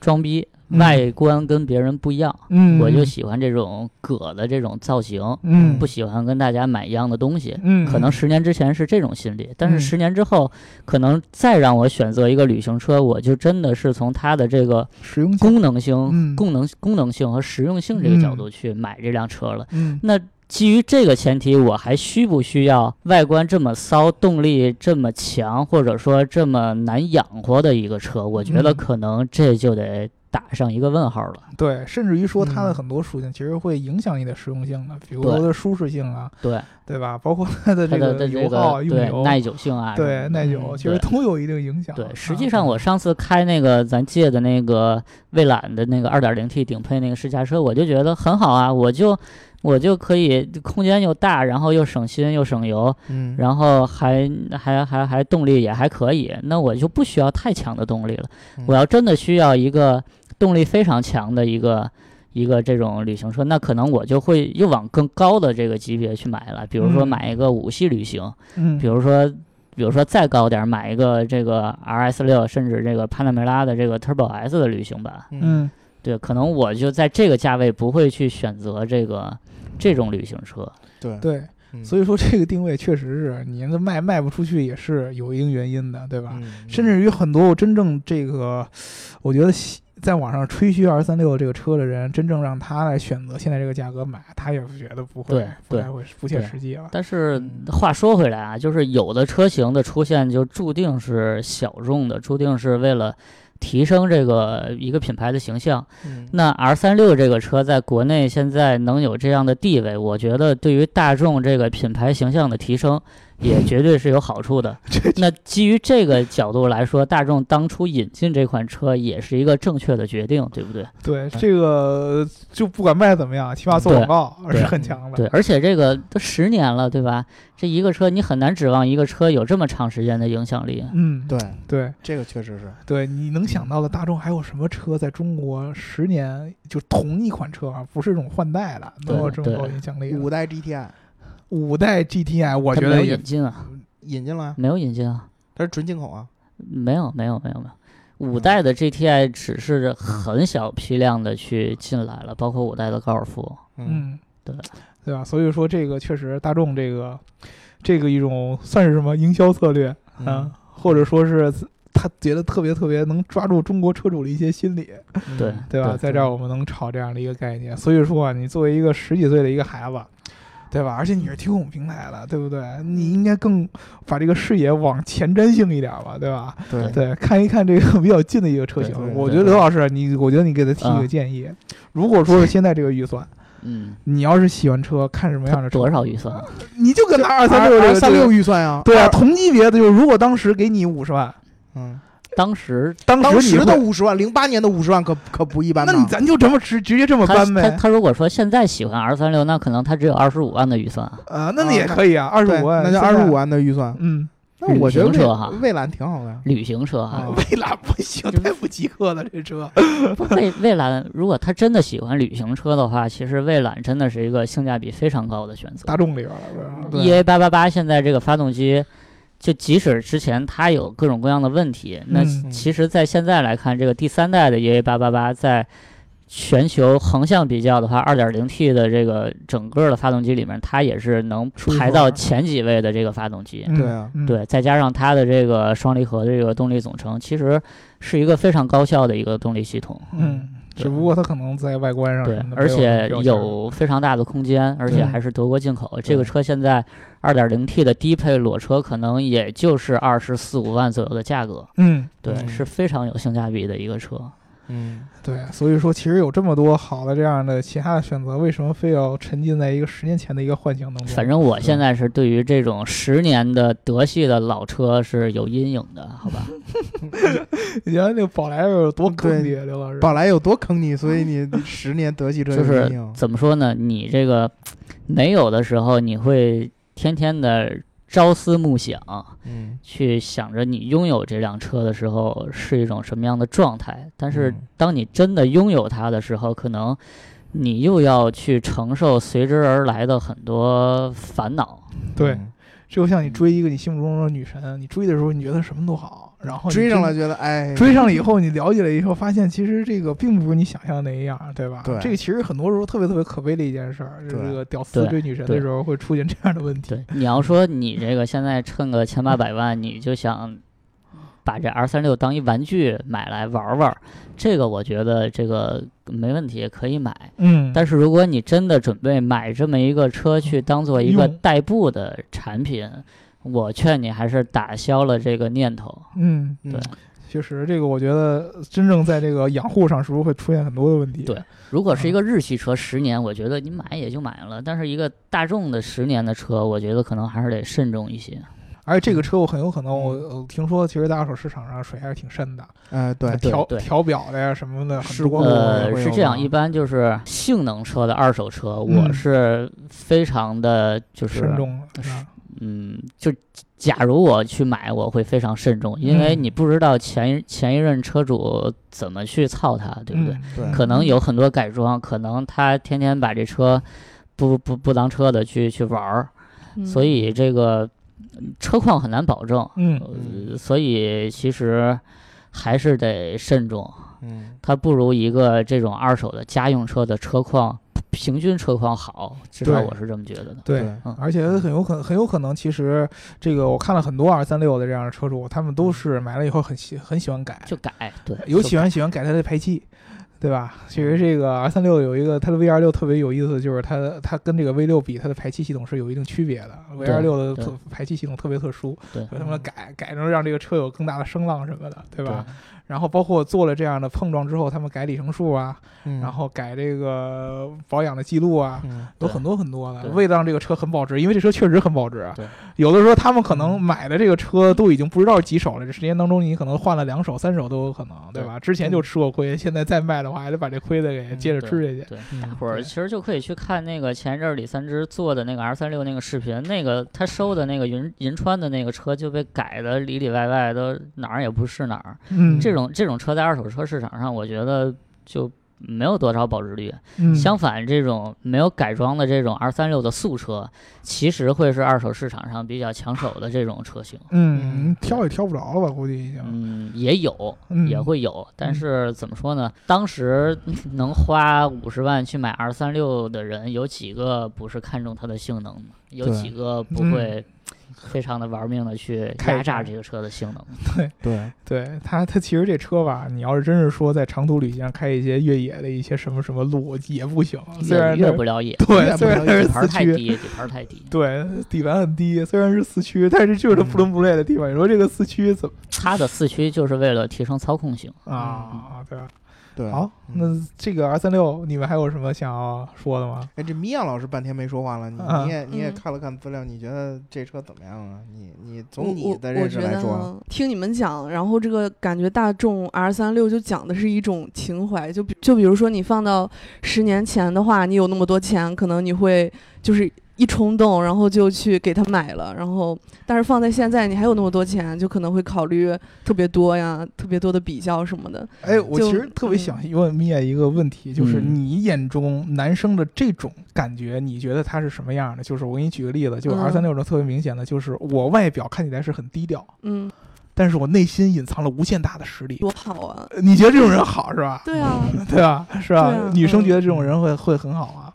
[SPEAKER 4] 装逼，
[SPEAKER 3] 嗯
[SPEAKER 4] 外观跟别人不一样。
[SPEAKER 3] 嗯，
[SPEAKER 4] 我就喜欢这种葛的这种造型，
[SPEAKER 3] 嗯
[SPEAKER 4] 不喜欢跟大家买一样的东西。
[SPEAKER 3] 嗯，
[SPEAKER 4] 可能十年之前是这种心理，但是
[SPEAKER 3] 嗯
[SPEAKER 4] 十年之后，可能再让我选择一个旅行车，我就真的是从它的这个
[SPEAKER 3] 使用性，
[SPEAKER 4] 功能性、
[SPEAKER 3] 嗯
[SPEAKER 4] 功能功能性和实用性这个角
[SPEAKER 3] 嗯
[SPEAKER 4] 度去买这辆车了。
[SPEAKER 3] 嗯
[SPEAKER 4] 那基于这个前提，我还需不需要外观这么骚、动力这么强，或者说这么难养活的一个车？我觉得
[SPEAKER 3] 嗯
[SPEAKER 4] 可能这就得打上一个问号了。
[SPEAKER 3] 对，甚至于说它的
[SPEAKER 2] 嗯
[SPEAKER 3] 很多属性其实会影响你的实用性的，比如说
[SPEAKER 4] 对
[SPEAKER 3] 它的舒适性啊，
[SPEAKER 4] 对，
[SPEAKER 3] 对吧？包括它的
[SPEAKER 4] 它
[SPEAKER 3] 这
[SPEAKER 4] 的的
[SPEAKER 3] 个
[SPEAKER 4] 这
[SPEAKER 3] 油
[SPEAKER 4] 个
[SPEAKER 3] 耗、用
[SPEAKER 4] 对
[SPEAKER 3] 油、
[SPEAKER 4] 耐久性啊，
[SPEAKER 3] 对耐久，
[SPEAKER 2] 嗯
[SPEAKER 3] 其实
[SPEAKER 4] 对
[SPEAKER 3] 都有一定影响。
[SPEAKER 4] 对，实
[SPEAKER 3] 啊
[SPEAKER 4] 际上我上次开那个咱借的那个蔚揽的那个 2.0T 顶配那个试驾车，我就觉得很好啊，我就我就可以空间又大，然后又省心又省油，
[SPEAKER 2] 嗯，
[SPEAKER 4] 然后还还还还动力也还可以，那我就不需要太强的动力了
[SPEAKER 2] 嗯。
[SPEAKER 4] 我要真的需要一个动力非常强的一个一个这种旅行车，那可能我就会又往更高的这个级别去买了，比如说
[SPEAKER 3] 嗯
[SPEAKER 4] 买一个五系旅行，
[SPEAKER 3] 嗯，
[SPEAKER 4] 比如说，比如说再高点儿买一个这个 RS 六，甚至这个帕拉梅拉的这个 Turbo S 的旅行版，
[SPEAKER 2] 嗯
[SPEAKER 3] 嗯，
[SPEAKER 4] 对，可能我就在这个价位不会去选择这个这种旅行车。
[SPEAKER 2] 对，
[SPEAKER 3] 对，
[SPEAKER 2] 嗯
[SPEAKER 3] 所以说这个定位确实是你这卖卖不出去也是有一定原因的，对吧？
[SPEAKER 2] 嗯
[SPEAKER 3] 甚至于很多真正这个，我觉得喜在网上吹嘘二三六这个车的人，真正让他来选择现在这个价格买，他也觉得不会
[SPEAKER 4] 对，
[SPEAKER 3] 不
[SPEAKER 4] 对
[SPEAKER 3] 太会不切实际了。
[SPEAKER 4] 但是
[SPEAKER 2] 嗯
[SPEAKER 4] 话说回来啊，就是有的车型的出现就注定是小众的，注定是为了提升这个一个品牌的形象。
[SPEAKER 2] 嗯
[SPEAKER 4] 那 R 三六这个车在国内现在能有这样的地位，我觉得对于大众这个品牌形象的提升，也绝对是有好处 的。那基于这个角度来说，大众当初引进这款车也是一个正确的决定，对不对？
[SPEAKER 3] 对这个呃就不管卖怎么样，起码做广告还
[SPEAKER 4] 哎对
[SPEAKER 3] 是很强的。
[SPEAKER 4] 对，而且这个都十年了，对吧？这一个车你很难指望一个车有这么长时间的影响力。
[SPEAKER 3] 嗯，
[SPEAKER 2] 对，
[SPEAKER 3] 对
[SPEAKER 2] 这个确实是，
[SPEAKER 3] 对，你能想到的大众还有什么车在中国十年就同一款车啊，不是这种换代的，能有这么
[SPEAKER 4] 对
[SPEAKER 3] 高影响力的？
[SPEAKER 2] 五代 GTI
[SPEAKER 3] 五代 GTI，我
[SPEAKER 4] 它
[SPEAKER 3] 觉
[SPEAKER 4] 没有
[SPEAKER 3] 得也
[SPEAKER 4] 引进啊，
[SPEAKER 2] 引进了啊，
[SPEAKER 4] 没有引进啊，
[SPEAKER 2] 它是纯进口啊，
[SPEAKER 4] 没有，没有，没有，没有。五
[SPEAKER 2] 嗯
[SPEAKER 4] 代的 GTI 只是很小批量的去进来了，包括五代的高尔夫。
[SPEAKER 3] 嗯，
[SPEAKER 4] 对
[SPEAKER 3] 对吧？所以说这个确实大众这个这个一种算是什么营销策略啊、
[SPEAKER 2] 嗯
[SPEAKER 3] 或者说是他觉得特别特别能抓住中国车主的一些心理，
[SPEAKER 2] 嗯
[SPEAKER 4] 对
[SPEAKER 3] 嗯对吧？在这儿我们能炒这样的一个概念。所以说啊，你作为一个十几岁的一个孩子。对吧？而且你是听我们平台的，对不对？你应该更把这个视野往前瞻性一点吧，对吧？
[SPEAKER 2] 对
[SPEAKER 3] 对，看一看这个比较近的一个车型
[SPEAKER 2] 对对。
[SPEAKER 3] 我
[SPEAKER 4] 对
[SPEAKER 3] 觉得
[SPEAKER 4] 对
[SPEAKER 3] 刘老师，啊你我觉得你给他提一
[SPEAKER 4] 啊
[SPEAKER 3] 个建议，如果说是现在这个预算，
[SPEAKER 4] 嗯，
[SPEAKER 3] 你要是喜欢车，看什么样的车，
[SPEAKER 4] 多少预算啊？
[SPEAKER 3] 你就跟他二三六
[SPEAKER 2] 二
[SPEAKER 3] 这
[SPEAKER 2] 二
[SPEAKER 3] 个
[SPEAKER 2] 三
[SPEAKER 3] 这
[SPEAKER 2] 六
[SPEAKER 3] 个
[SPEAKER 2] 预算呀，
[SPEAKER 3] 对啊，同级别的就是，如果当时给你五十万，
[SPEAKER 2] 嗯，
[SPEAKER 4] 当时
[SPEAKER 3] 当
[SPEAKER 2] 当
[SPEAKER 3] 时你
[SPEAKER 2] 时
[SPEAKER 3] 会
[SPEAKER 2] 的五十万，零八年的五十万可可不一般
[SPEAKER 3] 那
[SPEAKER 2] 呐，
[SPEAKER 3] 你咱就这么直直接这么
[SPEAKER 4] 他
[SPEAKER 3] 搬
[SPEAKER 4] 他
[SPEAKER 3] 呗，
[SPEAKER 4] 他如果说现在喜欢 R 三六，那可能他只有二十五万的预算啊。
[SPEAKER 3] 啊，那
[SPEAKER 2] 啊
[SPEAKER 3] 你也
[SPEAKER 2] 那
[SPEAKER 3] 可以啊，二十
[SPEAKER 2] 对
[SPEAKER 3] 五万，
[SPEAKER 2] 那就二十五，万的预算，
[SPEAKER 3] 嗯，
[SPEAKER 2] 那我觉得
[SPEAKER 4] 旅行车哈
[SPEAKER 2] 蔚蔚蓝挺好的呀，
[SPEAKER 4] 旅行车
[SPEAKER 2] 啊，
[SPEAKER 4] 啊
[SPEAKER 3] 蔚蓝不行，太不及格了，这车，
[SPEAKER 4] 不蔚蔚蓝，如果他真的喜欢旅行车的话，其实蔚蓝真的是一个性价比非常高的选择
[SPEAKER 3] 大。众里边了，
[SPEAKER 2] 对
[SPEAKER 4] EA E 八八八现在这个发动机，就即使之前它有各种各样的问题，那
[SPEAKER 3] 嗯
[SPEAKER 4] 其实，在现在来看，这个第三代的 EA 八八八在全球横向比较的话，二点零 T 的这个整个的发动机里面，它也是能
[SPEAKER 3] 数一数
[SPEAKER 4] 排
[SPEAKER 3] 二
[SPEAKER 4] 到前几位的这个发动机。
[SPEAKER 3] 嗯
[SPEAKER 2] 对啊，
[SPEAKER 3] 嗯，
[SPEAKER 4] 对，再加上它的这个双离合的这个动力总成，其实是一个非常高效的一个动力系统。
[SPEAKER 3] 嗯，只不过它可能在外观上
[SPEAKER 4] 对
[SPEAKER 3] 什么，的
[SPEAKER 4] 而且
[SPEAKER 3] 没有那么标签
[SPEAKER 4] 有非常大的空间，而且
[SPEAKER 3] 对
[SPEAKER 4] 还是德国进口。这个
[SPEAKER 2] 对
[SPEAKER 4] 车现在 2.0T 的低配裸车可能也就是二十四五万左右的价格，
[SPEAKER 3] 嗯。
[SPEAKER 4] 对，
[SPEAKER 2] 嗯
[SPEAKER 4] 是非常有性价比的一个车。
[SPEAKER 2] 嗯，
[SPEAKER 3] 对，所以说其实有这么多好的这样的其他的选择，为什么非要沉浸在一个十年前的一个幻想当中？
[SPEAKER 4] 反正我
[SPEAKER 2] 是
[SPEAKER 4] 现在是对于这种十年的德系的老车是有阴影的，好吧？
[SPEAKER 3] 嗯你想想那个宝来有多
[SPEAKER 2] 对
[SPEAKER 3] 坑爹，刘老师。
[SPEAKER 2] 宝来有多坑你，所以 你十年德系车
[SPEAKER 4] 就
[SPEAKER 2] 有
[SPEAKER 4] 是
[SPEAKER 2] 阴影
[SPEAKER 4] 怎么说呢？你这个没有的时候，你会天天的朝思暮想，
[SPEAKER 2] 嗯
[SPEAKER 4] 去想着你拥有这辆车的时候是一种什么样的状态，但是
[SPEAKER 2] 嗯
[SPEAKER 4] 当你真的拥有它的时候，可能你又要去承受随之而来的很多烦恼。
[SPEAKER 3] 对，
[SPEAKER 2] 嗯
[SPEAKER 3] 这就像你追一个你心目中的女神，你追的时候你觉得什么都好，然后你
[SPEAKER 2] 追上了
[SPEAKER 3] 真，
[SPEAKER 2] 觉得哎，
[SPEAKER 3] 追上了以后你了解了以后，发现其实这个并不是你想象的那样，对吧？
[SPEAKER 2] 对
[SPEAKER 3] 这个其实很多时候特别特别可悲的一件事儿，就是
[SPEAKER 2] 对
[SPEAKER 3] 这个屌丝追女神的时候会出现这样的问题。
[SPEAKER 4] 对，你要说你这个现在趁个千八百万，你就想把这 R 三六当一玩具买来玩玩，这个我觉得这个没问题，可以买。
[SPEAKER 3] 嗯，哦
[SPEAKER 4] 但是如果你真的准备买这么一个车去当做一个
[SPEAKER 3] 用
[SPEAKER 4] 代步的产品，我劝你还是打消了这个念头。
[SPEAKER 3] 嗯，
[SPEAKER 2] 嗯
[SPEAKER 4] 对
[SPEAKER 3] 确实，这个我觉得真正在这个养护上，是不是会出现很多的问题？
[SPEAKER 4] 对如果
[SPEAKER 3] 嗯
[SPEAKER 4] 是一个日系车，十年，我觉得你买也就买了。但是一个大众的十年的车，我觉得可能还是得慎重一些。
[SPEAKER 3] 而且
[SPEAKER 2] 嗯
[SPEAKER 3] 这个车我很有可能，我我听说其实在二手市场上水还是挺深的，
[SPEAKER 2] 呃，嗯对，
[SPEAKER 4] 对
[SPEAKER 3] 调
[SPEAKER 4] 对
[SPEAKER 3] 调表的呀什么的，很
[SPEAKER 2] 事
[SPEAKER 3] 多
[SPEAKER 2] 故
[SPEAKER 4] 呃，
[SPEAKER 2] 会
[SPEAKER 4] 是
[SPEAKER 2] 有
[SPEAKER 4] 这
[SPEAKER 2] 吗
[SPEAKER 4] 样，一般就是性能车的二手车，我
[SPEAKER 3] 啊嗯
[SPEAKER 4] 是非常的就是
[SPEAKER 3] 慎重了。啊是吧
[SPEAKER 4] 嗯，就假如我去买，我会非常慎重，因为
[SPEAKER 3] 嗯
[SPEAKER 4] 你不知道前一前一任车主怎么去操它，对不对？
[SPEAKER 3] 嗯
[SPEAKER 2] 对
[SPEAKER 4] 可能有很多改装，可能他天天把这车不不不当车的去去玩儿，
[SPEAKER 1] 嗯
[SPEAKER 4] 所以这个嗯车况很难保证，
[SPEAKER 3] 嗯，
[SPEAKER 4] 呃所以其实还是得慎重。
[SPEAKER 2] 嗯，
[SPEAKER 4] 它不如一个这种二手的家用车的车况平均车况好，至少
[SPEAKER 3] 对
[SPEAKER 4] 我是这么觉得的。
[SPEAKER 3] 对。
[SPEAKER 2] 对
[SPEAKER 4] 嗯
[SPEAKER 3] 而且很有可很有可能，其实这个我看了很多二三六的这样的车主，他们
[SPEAKER 4] 嗯
[SPEAKER 3] 都是买了以后很喜很喜欢改，
[SPEAKER 4] 就改对，
[SPEAKER 3] 尤
[SPEAKER 4] 就
[SPEAKER 3] 喜
[SPEAKER 4] 改
[SPEAKER 3] 欢喜欢改它的排气，对吧？其
[SPEAKER 4] 嗯
[SPEAKER 3] 实这个 R 三六有一个它的 V 二六特别有意思，就是它它跟这个 V 六比，它的排气系统是有一定区别的。V 二六的
[SPEAKER 4] 对
[SPEAKER 3] 特排气系统特别特殊，
[SPEAKER 4] 对
[SPEAKER 3] 所以他们改改成让这个车有更大的声浪什么的，对
[SPEAKER 4] 对
[SPEAKER 3] 吧？然后包括做了这样的碰撞之后，他们改里程数啊，
[SPEAKER 2] 嗯
[SPEAKER 3] 然后改这个保养的记录啊，
[SPEAKER 2] 嗯
[SPEAKER 3] 有
[SPEAKER 4] 对
[SPEAKER 3] 很多很多的，
[SPEAKER 4] 对
[SPEAKER 3] 为了让这个车很保值，因为这车确实很保值啊
[SPEAKER 4] 对。
[SPEAKER 3] 有的时候他们可能买的这个车都已经不知道是几手了，这时间当中你可能换了两手、三手都有可能，对吧？之前就吃过亏，现在再卖的话还得把这亏的给接着吃下去。
[SPEAKER 4] 对，
[SPEAKER 2] 嗯
[SPEAKER 4] 大伙儿
[SPEAKER 3] 对
[SPEAKER 4] 其实就可以去看那个前一阵儿李三枝做的那个 R 三六那个视频，那个他收的那个银银川的那个车就被改的里里外外都哪儿也不是哪儿。
[SPEAKER 3] 嗯，
[SPEAKER 4] 这种这种车在二手车市场上，我觉得就没有多少保值率。
[SPEAKER 3] 嗯
[SPEAKER 4] 相反，这种没有改装的这种 R 三六的素车，其实会是二手市场上比较抢手的这种车型。
[SPEAKER 3] 嗯挑也挑不着了吧？估计已经
[SPEAKER 4] 嗯，也有，
[SPEAKER 3] 嗯
[SPEAKER 4] 也会有，但
[SPEAKER 3] 嗯
[SPEAKER 4] 是怎么说呢？当时 能花五十万去买 R 三六的人，有几个不是看重它的性能的？有
[SPEAKER 2] 对
[SPEAKER 4] 几个不
[SPEAKER 3] 嗯
[SPEAKER 4] 会非常的玩命的去
[SPEAKER 3] 开
[SPEAKER 4] 压榨
[SPEAKER 3] 着
[SPEAKER 4] 这个车的性能？
[SPEAKER 2] 对，
[SPEAKER 3] 对它它其实这车吧，你要是真是说在长途旅行上开一些越野的一些什么什么路也不行，虽
[SPEAKER 4] 越
[SPEAKER 3] 然
[SPEAKER 4] 越
[SPEAKER 3] 它
[SPEAKER 4] 不了解，
[SPEAKER 3] 对
[SPEAKER 2] 越
[SPEAKER 3] 虽然
[SPEAKER 2] 不
[SPEAKER 3] 它
[SPEAKER 2] 了
[SPEAKER 4] 底盘
[SPEAKER 3] 是四
[SPEAKER 4] 太
[SPEAKER 3] 驱，
[SPEAKER 4] 低，底盘太低，
[SPEAKER 3] 对，底盘很低，虽然是四驱，但是就是它不伦不类的地方。你说这个四驱怎么
[SPEAKER 4] 它的四驱就是为了提升操控性。嗯
[SPEAKER 3] 啊？对吧？
[SPEAKER 2] 对，
[SPEAKER 3] 好，那
[SPEAKER 2] 嗯
[SPEAKER 3] 这个 R 三六，你们还有什么想要说的吗？
[SPEAKER 2] 哎，这米娅老师半天没说话了，你
[SPEAKER 3] 啊
[SPEAKER 2] 你也你也
[SPEAKER 1] 嗯
[SPEAKER 2] 看了看资料，你觉得这车怎么样啊？你你
[SPEAKER 1] 我
[SPEAKER 2] 从你的认识
[SPEAKER 1] 我我觉
[SPEAKER 2] 来
[SPEAKER 1] 得
[SPEAKER 3] 啊
[SPEAKER 2] 说，啊
[SPEAKER 1] 呢，听你们讲，然后这个感觉大众 R 三六就讲的是一种情怀，就比就比如说你放到十年前的话，你有那么多钱，可能你会就是一冲动，然后就去给它买了，然后但是放在现在，你还有那么多钱，就可能会考虑特别多呀，特别多的比较什么的。
[SPEAKER 3] 哎，我
[SPEAKER 1] 就
[SPEAKER 3] 其实特别想问米娅一个问题，就是
[SPEAKER 4] 嗯
[SPEAKER 3] 你眼中男生的这种感觉，你觉得他是什么样的？就是我给你举个例子，就是
[SPEAKER 1] 嗯
[SPEAKER 3] R 三六中特别明显的，就是我外表看起来是很低调，
[SPEAKER 1] 嗯，
[SPEAKER 3] 但是我内心隐藏了无限大的实力。呃
[SPEAKER 1] 多好啊！
[SPEAKER 3] 你觉得这种人好是吧？
[SPEAKER 1] 对啊，
[SPEAKER 3] 对吧？是吧？
[SPEAKER 1] 对啊
[SPEAKER 3] 女生
[SPEAKER 1] 嗯
[SPEAKER 3] 觉得这种人会会很好 啊，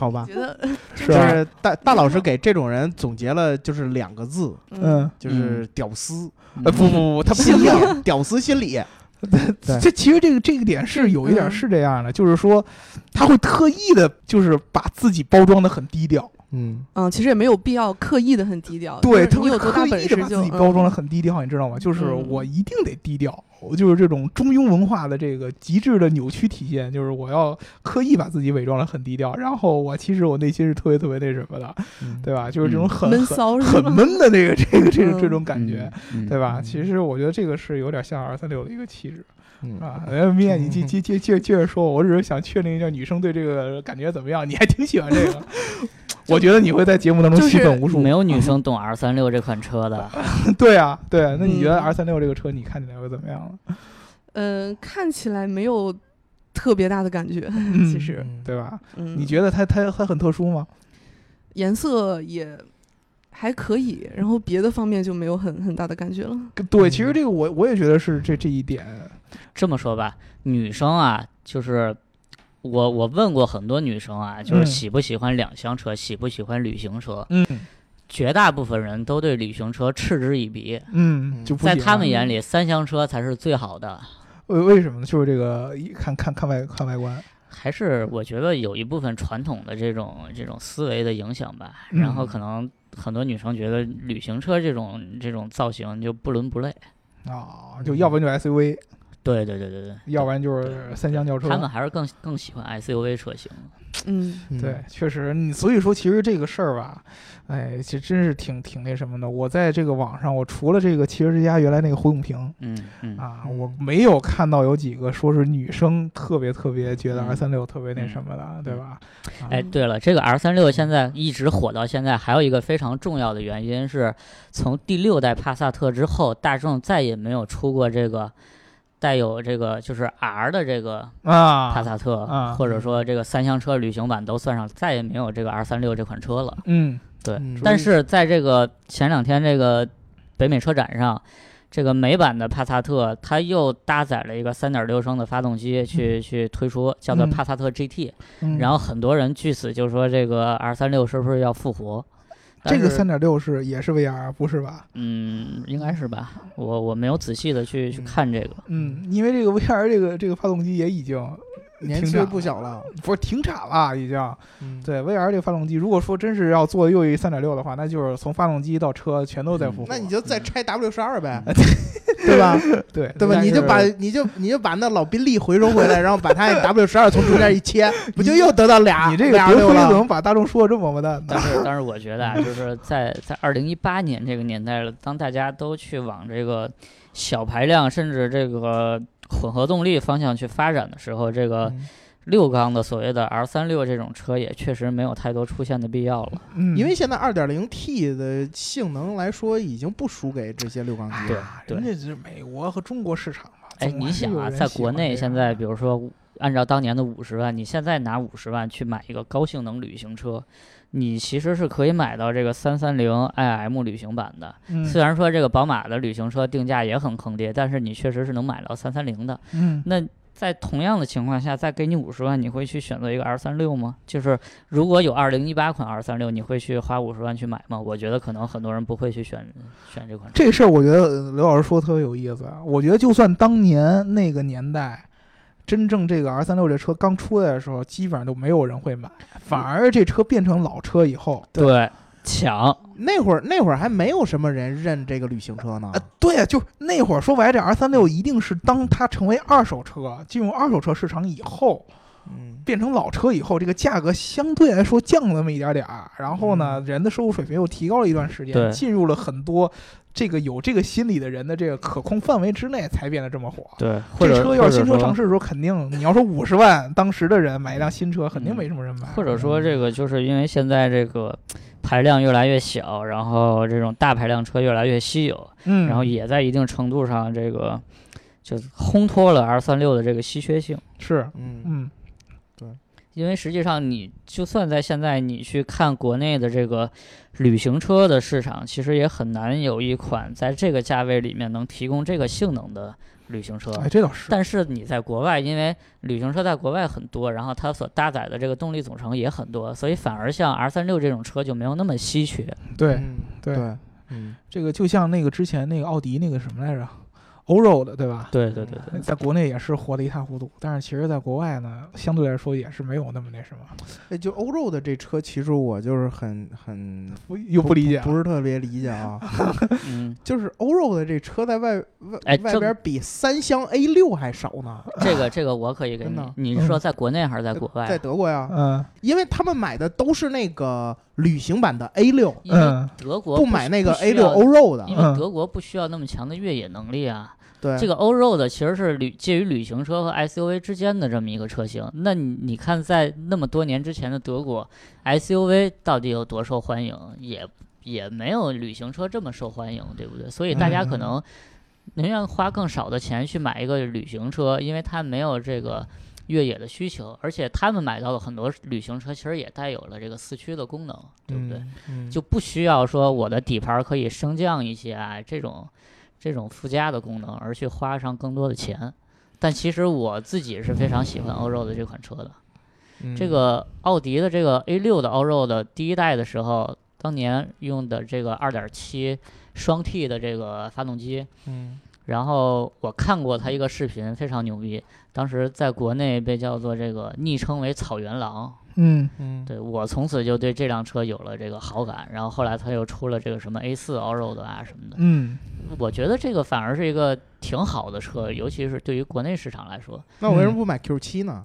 [SPEAKER 2] 好吧
[SPEAKER 1] 觉？ 得
[SPEAKER 3] 是
[SPEAKER 2] 就
[SPEAKER 3] 啊吧？
[SPEAKER 2] 是大大老师给这种人总结了就是两个字，
[SPEAKER 1] 嗯
[SPEAKER 3] 嗯，
[SPEAKER 2] 就是屌丝
[SPEAKER 3] 呃，不
[SPEAKER 4] 嗯
[SPEAKER 3] 不不，他不 啊
[SPEAKER 2] 心
[SPEAKER 3] 一样。
[SPEAKER 2] 理，屌丝心理。对
[SPEAKER 3] 这其实这个这个点是有一点
[SPEAKER 1] 嗯
[SPEAKER 3] 是这样的，就是说他会特意的，就是把自己包装的很低调，
[SPEAKER 2] 嗯，
[SPEAKER 1] 嗯，其实也没有必要刻意的很低调，
[SPEAKER 3] 对
[SPEAKER 1] 就是
[SPEAKER 3] 他
[SPEAKER 1] 你
[SPEAKER 3] 会
[SPEAKER 1] 有多大
[SPEAKER 3] 刻
[SPEAKER 1] 本
[SPEAKER 3] 意的
[SPEAKER 1] 事
[SPEAKER 3] 把
[SPEAKER 1] 就
[SPEAKER 3] 自己包装的
[SPEAKER 1] 嗯
[SPEAKER 3] 很低调，你知道吗？就是
[SPEAKER 1] 嗯
[SPEAKER 3] 我一定得低调，我就是这种中庸文化的这个极致的扭曲体现，就是我要刻意把自己伪装的很低调，然后我其实我内心是特别特别那什么的，对吧？就是这种
[SPEAKER 4] 嗯
[SPEAKER 3] 很
[SPEAKER 1] 闷
[SPEAKER 3] 很
[SPEAKER 1] 骚是
[SPEAKER 3] 很
[SPEAKER 1] 吗？
[SPEAKER 3] 闷的这个这个这个这
[SPEAKER 1] 嗯
[SPEAKER 3] 种感觉，，
[SPEAKER 4] 嗯
[SPEAKER 3] 对？吧？
[SPEAKER 2] 嗯
[SPEAKER 3] 其实我觉得这个是有点像二三六的一个气质。
[SPEAKER 2] 嗯
[SPEAKER 3] 啊，哎，面你接接接接接着说，我只是想确定一下女生对这个感觉怎么样。你还挺喜欢这个，我觉得你会在节目当中
[SPEAKER 1] 就是
[SPEAKER 3] 气愤
[SPEAKER 4] 嗯
[SPEAKER 3] 无数。
[SPEAKER 4] 没有女生懂 R 三六这款 车的，
[SPEAKER 3] 对啊，对啊，那你觉得
[SPEAKER 1] 嗯
[SPEAKER 3] R 三六这个车你看起来会怎么样呢？
[SPEAKER 1] 嗯，看起来没有特别大的感觉，其实，
[SPEAKER 2] 嗯
[SPEAKER 3] 对吧？
[SPEAKER 1] 嗯，
[SPEAKER 3] 你觉得它它它很特殊吗？
[SPEAKER 1] 颜色也还可以，然后别的方面就没有很很大的感觉了。
[SPEAKER 3] 对，其实这个我我也觉得是这这一点。
[SPEAKER 4] 这么说吧，女生啊，就是我我问过很多女生啊，就是
[SPEAKER 3] 嗯
[SPEAKER 4] 喜不喜欢两厢车，喜不喜欢旅行车，
[SPEAKER 3] 嗯
[SPEAKER 4] 绝大部分人都对旅行车嗤之以鼻。
[SPEAKER 3] 嗯，就不
[SPEAKER 4] 在
[SPEAKER 3] 喜欢
[SPEAKER 4] 他们眼里，三厢车才是最好的。
[SPEAKER 3] 为为什么呢？就是这个一看看看外看外观，
[SPEAKER 4] 还是我觉得有一部分传统的这种这种思维的影响吧，
[SPEAKER 3] 嗯
[SPEAKER 4] 然后可能很多女生觉得旅行车这种这种造型就不伦不类，
[SPEAKER 3] 啊，就要不然就 SUV，
[SPEAKER 4] 对对对对对，
[SPEAKER 3] 要不然就是三厢轿车。
[SPEAKER 4] 他们还是更更喜欢 SUV 车型。
[SPEAKER 1] 嗯，
[SPEAKER 2] 嗯
[SPEAKER 3] 对，确实，你所以说其实这个事儿吧，哎，其实真是挺挺那什么的。我在这个网上，我除了这个汽车之家原来那个胡永平
[SPEAKER 4] 嗯嗯
[SPEAKER 3] 啊，
[SPEAKER 2] 嗯
[SPEAKER 3] 我没有看到有几个说是女生特别特别觉得
[SPEAKER 4] 嗯
[SPEAKER 3] R 三六特别那什么的，对吧？啊
[SPEAKER 4] 哎，对了，这个 R 三六现在一直火到现在，还有一个非常重要的原因是，从第六代帕萨特之后，大众再也没有出过这个带有这个就是 R 的这个帕
[SPEAKER 3] 啊，
[SPEAKER 4] 萨特，
[SPEAKER 3] 啊
[SPEAKER 4] 或者说这个三厢车旅行版都算上，再也没有这个 R 三六这款车了。
[SPEAKER 3] 嗯，
[SPEAKER 4] 对，
[SPEAKER 2] 嗯
[SPEAKER 4] 但是在这个前两天这个北美车展上，这个美版的帕萨特，它又搭载了一个3.6升的发动机去、去推出，叫做
[SPEAKER 3] 嗯
[SPEAKER 4] 帕萨特 GT、
[SPEAKER 3] 嗯
[SPEAKER 4] 然后很多人据此就说这个 R36 是不是要复活？
[SPEAKER 3] 这
[SPEAKER 4] 但
[SPEAKER 3] 个
[SPEAKER 4] 是
[SPEAKER 3] 三点六是也是 VR 不是吧？
[SPEAKER 4] 嗯，应该是吧？我我没有仔细的去去
[SPEAKER 2] 嗯
[SPEAKER 4] 看这个，
[SPEAKER 3] 嗯，因为这个 VR 这个这个发动机也已经
[SPEAKER 2] 年
[SPEAKER 3] 停
[SPEAKER 2] 岁
[SPEAKER 3] 产
[SPEAKER 2] 嗯不小 了，
[SPEAKER 3] 不是停产了，已经。
[SPEAKER 2] 嗯，
[SPEAKER 3] 啊对 VR 这个发动机，如果说真是要做又一三点六的话，那就是从发动机到车全都在复活。
[SPEAKER 2] 那你就再拆 W 十二呗，
[SPEAKER 4] 嗯
[SPEAKER 2] 对吧？
[SPEAKER 3] 哎对
[SPEAKER 2] 对吧？
[SPEAKER 3] 但
[SPEAKER 2] 你就是把你就你就把那老宾利回收回来，然后把 它那 W 十二从中间一切，不就又得到俩
[SPEAKER 3] 你这个
[SPEAKER 2] 俩
[SPEAKER 3] 德
[SPEAKER 2] 六
[SPEAKER 3] 辉怎
[SPEAKER 2] 了？
[SPEAKER 3] 么把大众说的这么完蛋呢？
[SPEAKER 4] 但是但是我觉 得啊，就是在在二零一八年这个年代了，当大家都去往这个小排量甚至这个混合动力方向去发展的时候，这个
[SPEAKER 2] 嗯
[SPEAKER 4] 六缸的所谓的 R 三六这种车也确实没有太多出现的必要了。
[SPEAKER 3] 嗯
[SPEAKER 2] 因为现在二点零 T 的性能来说，已经不输给这些六缸机
[SPEAKER 4] 对
[SPEAKER 2] 了。
[SPEAKER 4] 对
[SPEAKER 3] 人家是美国和中国市场嘛。
[SPEAKER 4] 哎，
[SPEAKER 3] 总还
[SPEAKER 4] 你想
[SPEAKER 3] 有
[SPEAKER 4] 啊，
[SPEAKER 3] 人
[SPEAKER 4] 在
[SPEAKER 3] 喜
[SPEAKER 4] 国
[SPEAKER 3] 欢这
[SPEAKER 4] 内
[SPEAKER 3] 样
[SPEAKER 4] 现在，比如说按照当年的五十万，你现在拿五十万去买一个高性能旅行车，你其实是可以买到这个三三零 iM 旅行版的。虽
[SPEAKER 3] 嗯
[SPEAKER 4] 然说这个宝马的旅行车定价也很坑爹，但是你确实是能买到三三零的。
[SPEAKER 3] 嗯，
[SPEAKER 4] 那在同样的情况下，再给你五十万，你会去选择一个 R 三六吗？就是如果有二零一八款 R 三六，你会去花五十万去买吗？我觉得可能很多人不会去选选这款车。
[SPEAKER 3] 这事儿我觉得刘老师说得特别有意思。啊我觉得就算当年那个年代，真正这个 R 三六这车刚出来的时候，基本上都没有人会买，反而这车变成老车以后，
[SPEAKER 4] 对，抢，
[SPEAKER 2] 那会儿那会儿还没有什么人认这个旅行车呢
[SPEAKER 3] 啊，，对啊，就那会儿说白了，这 R 三六一定是当它成为二手车，进入二手车市场以后，
[SPEAKER 2] 嗯，
[SPEAKER 3] 变成老车以后，这个价格相对来说降了那么一点点儿。然后呢，人的收入水平又提高了一段时间，
[SPEAKER 4] 嗯对
[SPEAKER 3] 进入了很多这个有这个心理的人的这个可控范围之内，才变得这么火。
[SPEAKER 4] 对，或
[SPEAKER 3] 这
[SPEAKER 4] 者
[SPEAKER 3] 车要是新车上
[SPEAKER 4] 市，
[SPEAKER 3] 市的时候，肯定你要说五十万，当时的人买一辆新车，肯定
[SPEAKER 4] 嗯
[SPEAKER 3] 没什么人买。
[SPEAKER 4] 或者说这个就是因为现在这个排量越来越小，然后这种大排量车越来越稀有，
[SPEAKER 3] 嗯，
[SPEAKER 4] 然后也在一定程度上这个就烘托了 R 三六的这个稀缺性。
[SPEAKER 3] 是，
[SPEAKER 2] 嗯，
[SPEAKER 3] 嗯
[SPEAKER 4] 因为实际上，你就算在现在，你去看国内的这个旅行车的市场，其实也很难有一款在这个价位里面能提供这个性能的旅行车。
[SPEAKER 3] 哎，这倒是，
[SPEAKER 4] 但是你在国外，因为旅行车在国外很多，然后它所搭载的这个动力总成也很多，所以反而像 R 3 6这种车就没有那么稀缺。
[SPEAKER 3] 对
[SPEAKER 2] 嗯
[SPEAKER 3] 对
[SPEAKER 2] 对，嗯，
[SPEAKER 3] 这个就像那个之前那个奥迪那个什么来着，Allroad 对吧？
[SPEAKER 4] 对对对对，
[SPEAKER 3] 在国内也是火得一塌糊涂，但是其实在国外呢，相对来说也是没有那么那什么，
[SPEAKER 2] 哎就欧洲的这车，其实我就是很很
[SPEAKER 3] 不又不理解啊，
[SPEAKER 2] 不是特别理解 啊。
[SPEAKER 4] 嗯，
[SPEAKER 2] 就是欧洲的这车在外外
[SPEAKER 4] 哎
[SPEAKER 2] 外
[SPEAKER 4] 这
[SPEAKER 2] 边比三厢 A 六还少呢，
[SPEAKER 4] 这个这个我可以给
[SPEAKER 2] 真
[SPEAKER 4] 你
[SPEAKER 2] 的，嗯
[SPEAKER 4] 你是说在国内还是在国外
[SPEAKER 2] 在
[SPEAKER 4] 啊？
[SPEAKER 2] 德国呀，
[SPEAKER 3] 嗯
[SPEAKER 2] 因为他们买的都是那个旅行版的 A 六，
[SPEAKER 4] 因为
[SPEAKER 3] 嗯
[SPEAKER 4] 德国
[SPEAKER 2] 不买那个
[SPEAKER 4] 不需
[SPEAKER 2] A 六
[SPEAKER 4] 要
[SPEAKER 2] 欧肉的
[SPEAKER 4] 因。
[SPEAKER 3] 嗯
[SPEAKER 4] 为德国不需要那么强的越野能力啊。
[SPEAKER 2] 对，
[SPEAKER 4] 这个欧肉的其实是旅介于旅行车和 SUV 之间的这么一个车型。那你你看，在那么多年之前的德国，SUV 到底有多受欢迎，也也没有旅行车这么受欢迎，对不对？所以大家可
[SPEAKER 2] 嗯
[SPEAKER 4] 能宁愿花更少的钱去买一个旅行车，因为它没有这个。越野的需求，而且他们买到的很多旅行车，其实也带有了这个四驱的功能，对不对？
[SPEAKER 2] 嗯
[SPEAKER 4] 就不需要说我的底盘可以升降一些啊，这种这种附加的功能，而去花上更多的钱。但其实我自己是非常喜欢 Allroad 的这款车的。
[SPEAKER 2] 嗯
[SPEAKER 4] 这个奥迪的这个 A 6的 Allroad 第一代的时候，当年用的这个2.7双 T 的这个发动机，
[SPEAKER 2] 嗯
[SPEAKER 4] 然后我看过它一个视频，非常牛逼。当时在国内被叫做这个昵称为“草原狼”，
[SPEAKER 3] 嗯
[SPEAKER 2] 嗯，
[SPEAKER 4] 对我从此就对这辆车有了这个好感，然后后来它又出了这个什么 A 4 Allroad 啊什么的，
[SPEAKER 3] 嗯，
[SPEAKER 4] 我觉得这个反而是一个挺好的车，尤其是对于国内市场来说。
[SPEAKER 2] 那我为什么不买 Q 七呢？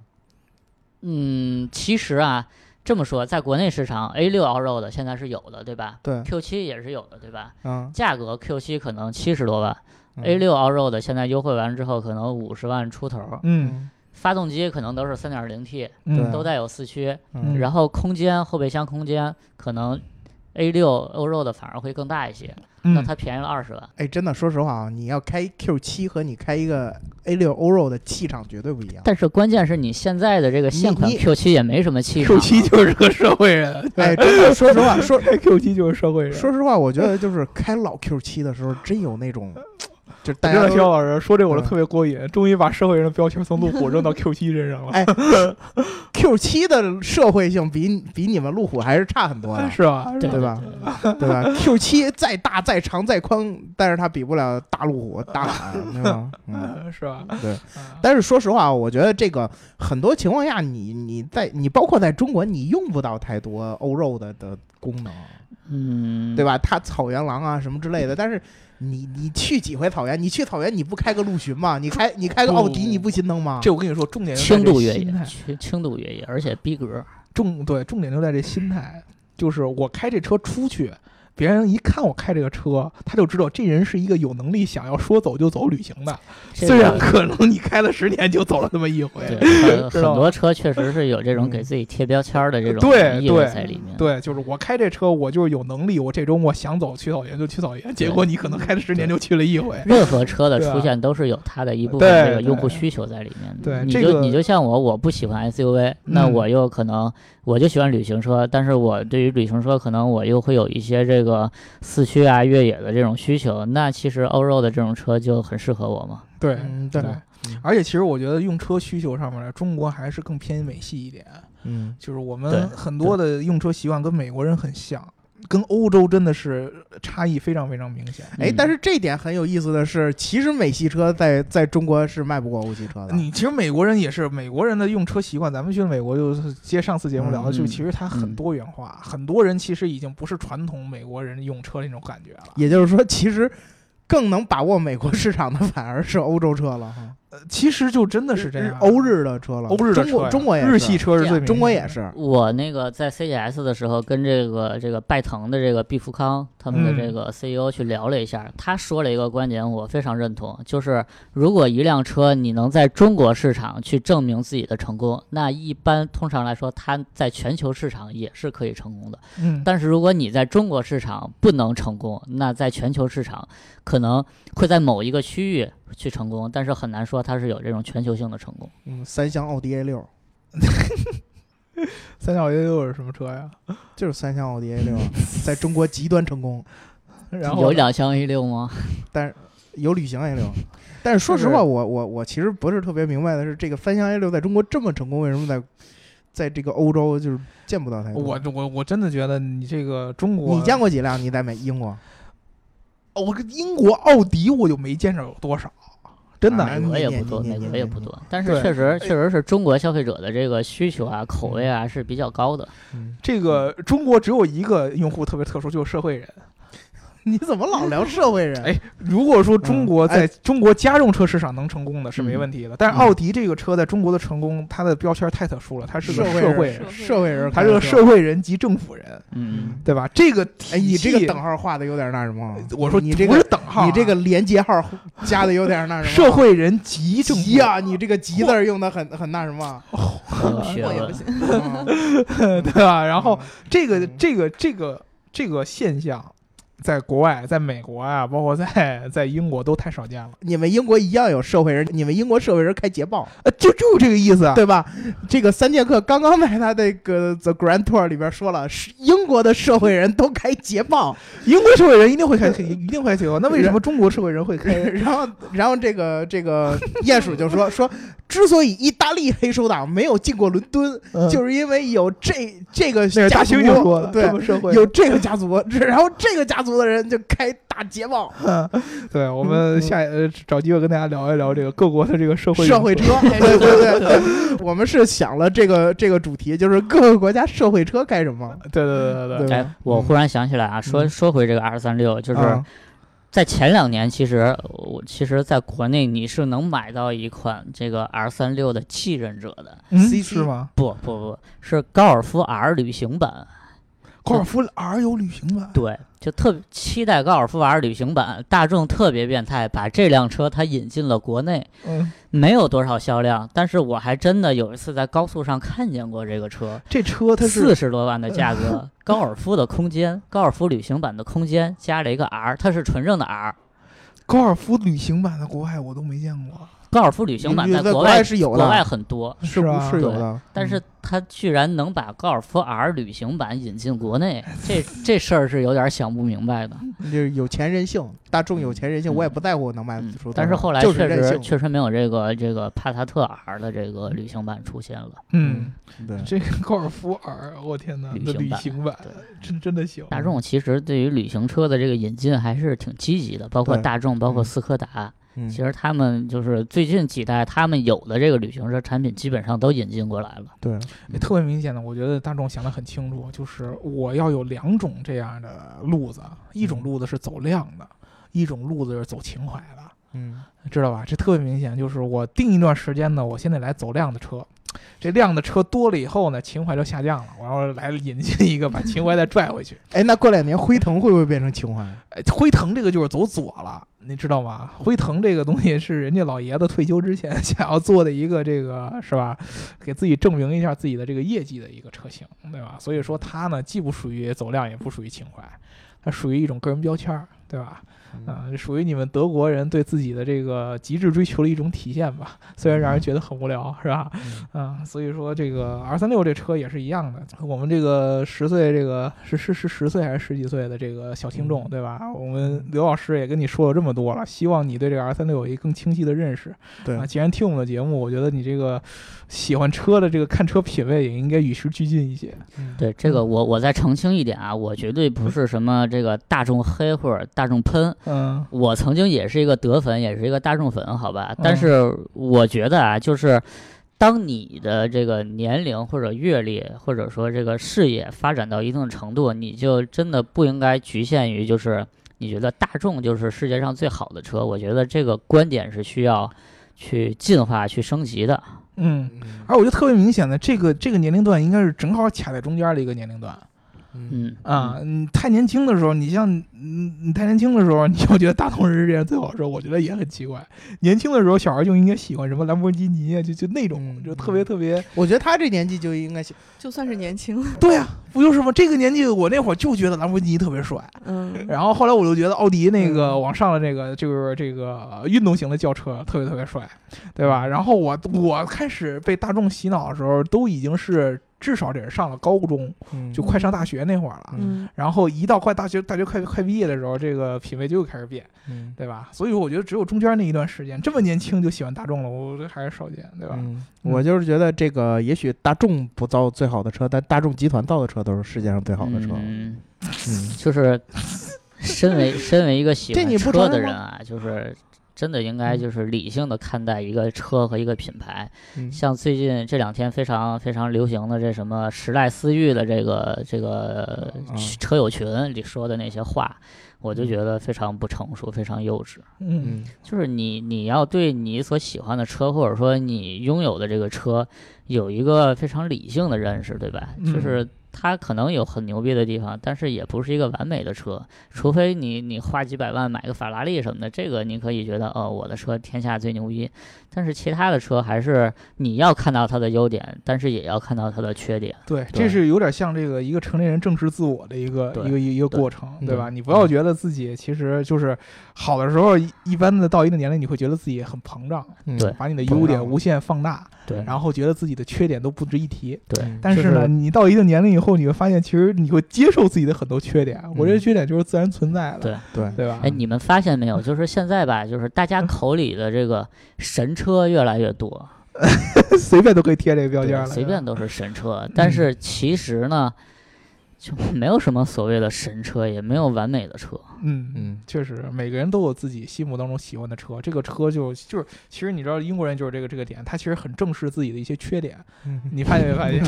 [SPEAKER 4] 嗯，其实啊，这么说，在国内市场 A 6 Allroad 现在是有的，对吧
[SPEAKER 2] 对，
[SPEAKER 4] ？Q 7也是有的，对吧？
[SPEAKER 2] 嗯
[SPEAKER 4] 价格 Q 7可能七十多万、
[SPEAKER 2] 嗯
[SPEAKER 4] a 6 Allroad 现在优惠完之后可能五十万出头，
[SPEAKER 3] 嗯
[SPEAKER 2] 嗯
[SPEAKER 4] 发动机可能都是3 2 0 T，
[SPEAKER 3] 嗯，
[SPEAKER 4] 都带有四驱，
[SPEAKER 2] 嗯
[SPEAKER 4] 然后空间后备箱空间可能 A 6 Allroad 反而会更大一些，那
[SPEAKER 3] 嗯
[SPEAKER 4] 它便宜了二十万。
[SPEAKER 2] 哎，真的，说实话啊，你要开 Q 七和你开一个 A 六欧 o 的气场绝对不一样。
[SPEAKER 4] 但是关键是你现在的这个现款
[SPEAKER 2] 你你
[SPEAKER 4] Q 7也没什么气场
[SPEAKER 3] ，Q 七就是个社会人，
[SPEAKER 2] 哎，真的，说实话，说
[SPEAKER 3] 开 Q 七就是社会人。
[SPEAKER 2] 说实话，我觉得就是开老 Q 七的时候，真有那种，就是大
[SPEAKER 3] 真
[SPEAKER 2] 家
[SPEAKER 3] 的，
[SPEAKER 2] 都
[SPEAKER 3] 肖老师说这我就特别过瘾，终于把社会人的标签从路虎 扔到 Q 七身上了，
[SPEAKER 2] 哎 Q 七的社会性比比你们路虎还是差很多的，
[SPEAKER 3] 哎是吧？
[SPEAKER 4] 对
[SPEAKER 2] 对吧？对吧？Q 七再大再长再宽，但是它比不了大路虎大 马，对吧？嗯。
[SPEAKER 3] 嗯是吧？
[SPEAKER 2] 对
[SPEAKER 3] 嗯，
[SPEAKER 2] 但是说实话，我觉得这个很多情况下你，你在你包括在中国，你用不到太多欧肉的的功能，
[SPEAKER 4] 嗯，
[SPEAKER 2] 对吧？它草原狼啊什么之类的，但是你你去几回草原？你去草原你不开个陆巡吗？你开你开个奥迪
[SPEAKER 3] 不
[SPEAKER 2] 你不心疼吗？
[SPEAKER 3] 这我跟你说，重点就在
[SPEAKER 4] 轻
[SPEAKER 3] 这
[SPEAKER 4] 度越
[SPEAKER 3] 心
[SPEAKER 4] 野
[SPEAKER 3] 态，
[SPEAKER 4] 轻轻度越野，而且逼格。
[SPEAKER 3] 重对重点就在这心态，就是我开这车出去，别人一看我开这个车，他就知道这人是一个有能力想要说走就走旅行的。
[SPEAKER 4] 这
[SPEAKER 3] 虽然
[SPEAKER 4] 个
[SPEAKER 3] 可能你开了十年就走了那么一回，
[SPEAKER 4] 对很
[SPEAKER 3] 知
[SPEAKER 4] 很
[SPEAKER 3] 道吗
[SPEAKER 4] 多车确实是有这种
[SPEAKER 2] 嗯
[SPEAKER 4] 给自己贴标签儿的这
[SPEAKER 3] 对
[SPEAKER 4] 种意味
[SPEAKER 3] 对
[SPEAKER 4] 在里面。
[SPEAKER 3] 对，就是我开这车，我就是有能力，我这周末想走去草原就去草原，结果你可能开了十年就去了一回。
[SPEAKER 4] 任何车的
[SPEAKER 3] 对啊
[SPEAKER 4] 出现都是有它的一部分
[SPEAKER 3] 对
[SPEAKER 4] 这个用户
[SPEAKER 3] 对
[SPEAKER 4] 需求在里面的。
[SPEAKER 3] 对
[SPEAKER 4] 你
[SPEAKER 3] 这
[SPEAKER 4] 就
[SPEAKER 3] 个
[SPEAKER 4] 你就像我，我不喜欢 SUV，那
[SPEAKER 3] 嗯
[SPEAKER 4] 我又可能我就喜欢旅行车，但是我对于旅行车可能我又会有一些这个四驱啊、越野的这种需求。那其实欧 l 的这种车就很适合我嘛。
[SPEAKER 3] 对
[SPEAKER 2] 嗯，对，
[SPEAKER 3] 而且其实我觉得用车需求上面来，中国还是更偏美系一点，
[SPEAKER 2] 嗯，
[SPEAKER 3] 就是我
[SPEAKER 4] 对
[SPEAKER 3] 们很多的用车习惯跟美国人很像，跟欧洲真的是差异非常非常明显。
[SPEAKER 2] 哎，
[SPEAKER 4] 嗯
[SPEAKER 2] 但是这点很有意思的是，其实美系车在在中国是卖不过欧系车的。
[SPEAKER 3] 你其实美国人也是，美国人的用车习惯，咱们去美国就是接上次节目聊的，
[SPEAKER 4] 嗯
[SPEAKER 3] 就其实它很
[SPEAKER 4] 嗯
[SPEAKER 3] 多元化，很多人其实已经不是传统美国人用车那种感觉了。
[SPEAKER 2] 也就是说，其实更能把握美国市场的 反而是欧洲车了哈，
[SPEAKER 3] 呃其实就真的是这
[SPEAKER 2] 日
[SPEAKER 3] 样，
[SPEAKER 2] 呃欧日的车了，
[SPEAKER 3] 欧日
[SPEAKER 2] 中
[SPEAKER 3] 的车呀，
[SPEAKER 2] 国中国也是
[SPEAKER 3] 日系，车是最明显的
[SPEAKER 2] 中国也，是，
[SPEAKER 4] 我那个在 CES 的时候，跟这个这个拜腾的这个毕福康他们的
[SPEAKER 3] 嗯
[SPEAKER 4] 这个 CEO 去聊了一下，他说了一个观点，我非常认同，就是如果一辆车你能在中国市场去证明自己的成功，那一般通常来说，它在全球市场也是可以成功的。
[SPEAKER 3] 嗯，
[SPEAKER 4] 但是如果你在中国市场不能成功，那在全球市场可能会在某一个区域去成功，但是很难说它是有这种全球性的成功。
[SPEAKER 2] 嗯，三厢奥迪 A 六
[SPEAKER 3] 三角六六是什么车呀？
[SPEAKER 2] 就是三厢奥迪 A 六，啊 在中国极端成功，
[SPEAKER 3] 然
[SPEAKER 4] 有
[SPEAKER 3] 后呢
[SPEAKER 4] 两厢 A 六吗？
[SPEAKER 2] 但是有旅行 A 六。啊但是说实
[SPEAKER 3] 就是
[SPEAKER 2] 话，我我我其实不是特别明白的是，这个三厢 A 六在中国这么成功，为什么在在这个欧洲就是见不到太多？
[SPEAKER 3] 我我我真的觉得你这个中国，
[SPEAKER 2] 你见过几辆？你在美英国？
[SPEAKER 3] 哦我跟英国奥迪我就没见着有多少，真的。
[SPEAKER 2] 啊
[SPEAKER 4] 美国也不多，
[SPEAKER 2] 你你
[SPEAKER 4] 美
[SPEAKER 2] 你
[SPEAKER 4] 国
[SPEAKER 2] 你
[SPEAKER 4] 也
[SPEAKER 2] 你
[SPEAKER 4] 不
[SPEAKER 2] 你
[SPEAKER 4] 多，但
[SPEAKER 3] 对
[SPEAKER 4] 是确实确实是中国消费者的这个需求啊、口味啊是比较高的。
[SPEAKER 2] 嗯，
[SPEAKER 3] 这个中国只有一个用户特别特殊，就是社会人。
[SPEAKER 2] 你怎么老聊社会人？
[SPEAKER 3] 哎如果说中国
[SPEAKER 2] 嗯哎
[SPEAKER 3] 在中国家用车市场能成功的是没问题的，但
[SPEAKER 2] 嗯
[SPEAKER 3] 是奥迪这个车在中国的成功，它的标签太特殊了，它是个
[SPEAKER 2] 社会
[SPEAKER 3] 社会
[SPEAKER 2] 人
[SPEAKER 3] 人，
[SPEAKER 2] 社会人，
[SPEAKER 3] 它是个社会人及政府人，
[SPEAKER 4] 嗯，
[SPEAKER 3] 对吧？这个
[SPEAKER 2] 哎，你
[SPEAKER 3] 体系
[SPEAKER 2] 这个等，号画的有点那什么？
[SPEAKER 3] 我说
[SPEAKER 2] 你这
[SPEAKER 3] 不
[SPEAKER 2] 个
[SPEAKER 3] 是等号啊，
[SPEAKER 2] 你这个连接 号加的有点那什么？
[SPEAKER 3] 社会人及政府
[SPEAKER 2] 急啊！你这个急字儿用的很很那什么？
[SPEAKER 4] 很有 学
[SPEAKER 1] 我也不
[SPEAKER 4] 问。
[SPEAKER 1] 行。
[SPEAKER 2] 嗯
[SPEAKER 3] 对吧？然后这个
[SPEAKER 2] 嗯
[SPEAKER 3] 这个这个这个现象，在国外，在美国啊，包括在在英国都太少见了，
[SPEAKER 2] 你们英国一样有社会人，你们英国社会人开捷豹，
[SPEAKER 3] 呃，就就这个意思啊。
[SPEAKER 2] 对吧？这个三剑客刚刚在他那个《The Grand Tour》里边说了，是英国的社会人都开捷豹，
[SPEAKER 3] 英国社会人 一定会开，一定会 开捷豹。那为什么中国社会人会开？
[SPEAKER 2] 然后然后这个这个鼹鼠就说说之所以意大利黑手党没有进过伦敦，
[SPEAKER 3] 嗯
[SPEAKER 2] 就是因为有这这个
[SPEAKER 3] 那是
[SPEAKER 2] 家
[SPEAKER 3] 大
[SPEAKER 2] 族
[SPEAKER 3] 猩猩说的，
[SPEAKER 2] 对
[SPEAKER 3] 他，们社会
[SPEAKER 2] 有这个家族，这然后这个家族的人就开大捷报，
[SPEAKER 3] 对，我们下呃找机会跟大家聊一聊这个各国的这个社
[SPEAKER 2] 嗯
[SPEAKER 3] 会
[SPEAKER 2] 社会
[SPEAKER 3] 运
[SPEAKER 2] 车
[SPEAKER 3] 作，
[SPEAKER 2] 对对对，我们是想了这个这个主题，就是各个国家社会车开什么，
[SPEAKER 3] 对对对对对
[SPEAKER 2] 对
[SPEAKER 4] 哎，我忽然想起来啊，说
[SPEAKER 2] 嗯
[SPEAKER 4] 说回这个 R 三六，就是
[SPEAKER 3] 嗯
[SPEAKER 2] 啊
[SPEAKER 4] 在前两年，其实我其实在国内你是能买到一款这个 R 三六的继任者的，
[SPEAKER 3] 嗯
[SPEAKER 2] CC
[SPEAKER 3] 是吗？
[SPEAKER 4] 不不不是高尔夫 R 旅行版，
[SPEAKER 3] 高尔夫 R 有旅行版，
[SPEAKER 4] 对，就特别期待高尔夫 R 旅行版，大众特别变态，把这辆车它引进了国内，
[SPEAKER 3] 嗯，
[SPEAKER 4] 没有多少销量，但是我还真的有一次在高速上看见过这个车，
[SPEAKER 3] 这
[SPEAKER 2] 哦
[SPEAKER 3] 车它是
[SPEAKER 4] 四十多万的价
[SPEAKER 2] 呃
[SPEAKER 4] 格， 高尔夫的空间，高尔夫旅行版的空间加了一个 R，它是纯正的 R。
[SPEAKER 3] 高尔夫旅行版的，国外我都没见过，
[SPEAKER 4] 高尔夫旅行版
[SPEAKER 2] 你
[SPEAKER 4] 在
[SPEAKER 2] 在
[SPEAKER 4] 国
[SPEAKER 2] 国外
[SPEAKER 4] 外
[SPEAKER 2] 是有的嗯
[SPEAKER 4] 国外很多，
[SPEAKER 2] 啊是不
[SPEAKER 3] 啊
[SPEAKER 2] 是有
[SPEAKER 4] 对
[SPEAKER 2] 的？
[SPEAKER 4] 但是它居然能把高尔夫 R 旅行版引进国内，
[SPEAKER 2] 哎
[SPEAKER 4] 这这事儿是有点想不明白的。
[SPEAKER 2] 就是有钱任性，大众有钱任性，
[SPEAKER 4] 嗯
[SPEAKER 2] 我也不在乎能卖
[SPEAKER 4] 嗯
[SPEAKER 2] 出多少。
[SPEAKER 4] 但是后来
[SPEAKER 2] 就
[SPEAKER 4] 确
[SPEAKER 2] 是任
[SPEAKER 4] 实
[SPEAKER 2] 性
[SPEAKER 4] 确实没有这个这个帕萨特 R 的这个旅行版出现了。
[SPEAKER 3] 嗯。
[SPEAKER 2] 对，
[SPEAKER 3] 这个高尔夫 R，我天哪，
[SPEAKER 4] 旅
[SPEAKER 3] 那
[SPEAKER 4] 行
[SPEAKER 3] 旅
[SPEAKER 4] 版
[SPEAKER 3] 行版
[SPEAKER 4] 对
[SPEAKER 3] 真真的行。
[SPEAKER 4] 大
[SPEAKER 2] 嗯
[SPEAKER 4] 众其实对于旅行车的这个引进还是挺积极的，包括
[SPEAKER 2] 对
[SPEAKER 4] 大众，包括
[SPEAKER 2] 嗯
[SPEAKER 4] 斯柯达。
[SPEAKER 2] 嗯
[SPEAKER 4] 其实他们就是最近几代，他们有的这个旅行车产品基本上都引进过来了。
[SPEAKER 2] 对，
[SPEAKER 3] 也特别明显的，我觉得大众想得很清楚，就是我要有两种这样的路子，一
[SPEAKER 4] 嗯
[SPEAKER 3] 种路子是走量的，一种路子是走情怀的。
[SPEAKER 2] 嗯，
[SPEAKER 3] 知道吧？这特别明显，就是我定一段时间呢，我先得来走量的车，这量的车多了以后呢，情怀就下降了，我要来引进一个，把情怀再拽回去。
[SPEAKER 2] 哎，那过两年辉腾会不会变成情怀？
[SPEAKER 3] 哎辉腾这个就是走左了，你知道吗？辉腾这个东西是人家老爷子退休之前 想要做的一个这个是吧，给自己证明一下自己的这个业绩的一个车型，对吧？所以说它呢，既不属于走量，也不属于情怀，它属于一种个人标签儿，对吧？啊，这属于你们德国人对自己的这个极致追求的一种体现吧。虽然让人觉得很无聊，
[SPEAKER 2] 嗯
[SPEAKER 3] 是吧？啊，所以说这个 R 三六这车也是一样的。我们这个十岁，这个是是是十岁还是十几岁的这个小听众，对吧？我们刘老师也跟你说了这么多了，希望你对这个 R 三六有一个更清晰的认识。
[SPEAKER 2] 对
[SPEAKER 3] 啊，既然听我们的节目，我觉得你这个喜欢车的这个看车品味也应该与时俱进一些。
[SPEAKER 4] 对这
[SPEAKER 2] 嗯
[SPEAKER 4] 个我，我再澄清一点啊，我绝对不是什么这个大众黑或者大众喷，
[SPEAKER 3] 嗯
[SPEAKER 4] 我曾经也是一个德粉，也是一个大众粉，好吧？但是我觉得啊，就是当你的这个年龄或者阅历，或者说这个视野发展到一定的程度，你就真的不应该局限于就是你觉得大众就是世界上最好的车。我觉得这个观点是需要去进化、去升级的。
[SPEAKER 3] 嗯。
[SPEAKER 2] 嗯
[SPEAKER 3] 而我觉得特别明显的，这个这个年龄段应该是正好卡在中间的一个年龄段
[SPEAKER 2] 嗯
[SPEAKER 4] 嗯
[SPEAKER 3] 啊。你太年轻的时候，你像你你太年轻的时候，你就觉得大众人是这样最好的时候，我觉得也很奇怪。年轻的时候，小孩就应该喜欢什么兰博基尼啊，就就那种，
[SPEAKER 2] 嗯
[SPEAKER 3] 就特别特别。
[SPEAKER 2] 我觉得他这年纪就应该喜
[SPEAKER 1] 就算是年轻，
[SPEAKER 3] 对啊，不就是吗？这个年纪，我那会儿就觉得兰博基尼特别帅，
[SPEAKER 1] 嗯，
[SPEAKER 3] 然后后来我就觉得奥迪那个
[SPEAKER 2] 嗯
[SPEAKER 3] 往上的这个就是这个运动型的轿车特别特别帅，对吧？然后我我开始被大众洗脑的时候，都已经是至少得是上了高中。
[SPEAKER 2] 嗯
[SPEAKER 3] 就快上大学那会儿了。
[SPEAKER 1] 嗯，
[SPEAKER 3] 然后一到快大学，大学快快毕业的时候，这个品味就开始变，
[SPEAKER 2] 嗯
[SPEAKER 3] 对吧？所以说，我觉得只有中间那一段时间，这么年轻就喜欢大众了，我这还是少见，对吧？
[SPEAKER 2] 嗯，我就是觉得这个，也许大众不造最好的车，但大众集团造的车都是世界上最好的车。
[SPEAKER 4] 嗯，
[SPEAKER 2] 嗯，
[SPEAKER 4] 就是身 为身为一个喜
[SPEAKER 2] 这你
[SPEAKER 4] 欢
[SPEAKER 2] 不
[SPEAKER 4] 车
[SPEAKER 2] 承
[SPEAKER 4] 的
[SPEAKER 2] 认
[SPEAKER 4] 人
[SPEAKER 2] 吗
[SPEAKER 4] 啊，就是真的应该就是理性的看待一个车和一个品牌。
[SPEAKER 2] 嗯
[SPEAKER 4] 像最近这两天非常非常流行的这什么时代思域的这个这个
[SPEAKER 2] 嗯
[SPEAKER 4] 车友群里说的那些话，我就觉得非常不成熟，非常幼稚。
[SPEAKER 3] 嗯，
[SPEAKER 2] 嗯
[SPEAKER 4] 就是你你要对你所喜欢的车，或者说你拥有的这个车，有一个非常理性的认识，对吧？
[SPEAKER 3] 嗯
[SPEAKER 4] 就是它可能有很牛逼的地方，但是也不是一个完美的车，除非你你花几百万买个法拉利什么的，这个你可以觉得哦，我的车天下最牛逼。但是其他的车还是你要看到它的优点，但是也要看到它的缺点。
[SPEAKER 3] 对，
[SPEAKER 2] 对
[SPEAKER 3] 这是有点像这个一个成年人正视自我的一个
[SPEAKER 4] 对
[SPEAKER 3] 一个一个
[SPEAKER 4] 对
[SPEAKER 3] 过程，
[SPEAKER 2] 嗯
[SPEAKER 3] 对吧？你不要觉得自己其实就是好的时候，一一般的到一定年龄，你会觉得自己很膨胀，
[SPEAKER 2] 嗯
[SPEAKER 4] 对
[SPEAKER 3] 把你的
[SPEAKER 2] 膨胀
[SPEAKER 3] 优点
[SPEAKER 2] 了
[SPEAKER 3] 无限放大，
[SPEAKER 4] 对
[SPEAKER 3] 然后觉得自己的缺点都不值一提。
[SPEAKER 4] 对
[SPEAKER 2] 嗯
[SPEAKER 3] 但
[SPEAKER 4] 就是
[SPEAKER 3] 呢，
[SPEAKER 4] 是
[SPEAKER 3] 你到一定年龄以后，你会发现，其实你会接受自己的很多缺点。我这些缺点就是自然存在的，
[SPEAKER 4] 对
[SPEAKER 2] 对，
[SPEAKER 3] 对吧？
[SPEAKER 4] 哎，你 们发现没有？就是现在吧，就是大家口里的这个神车越来越多。
[SPEAKER 3] 随便都可以贴这个标签
[SPEAKER 4] 对
[SPEAKER 3] 了，
[SPEAKER 4] 随便都是神车。但是其实呢，就没有什么所谓的神车，也没有完美的车。
[SPEAKER 3] 嗯嗯
[SPEAKER 2] 嗯，
[SPEAKER 3] 确实，每个人都有自己心目当中喜欢的车。这个车就就是，其实你知道英国人就是这个这个点，他其实很正视自己的一些缺点。你发现没发现？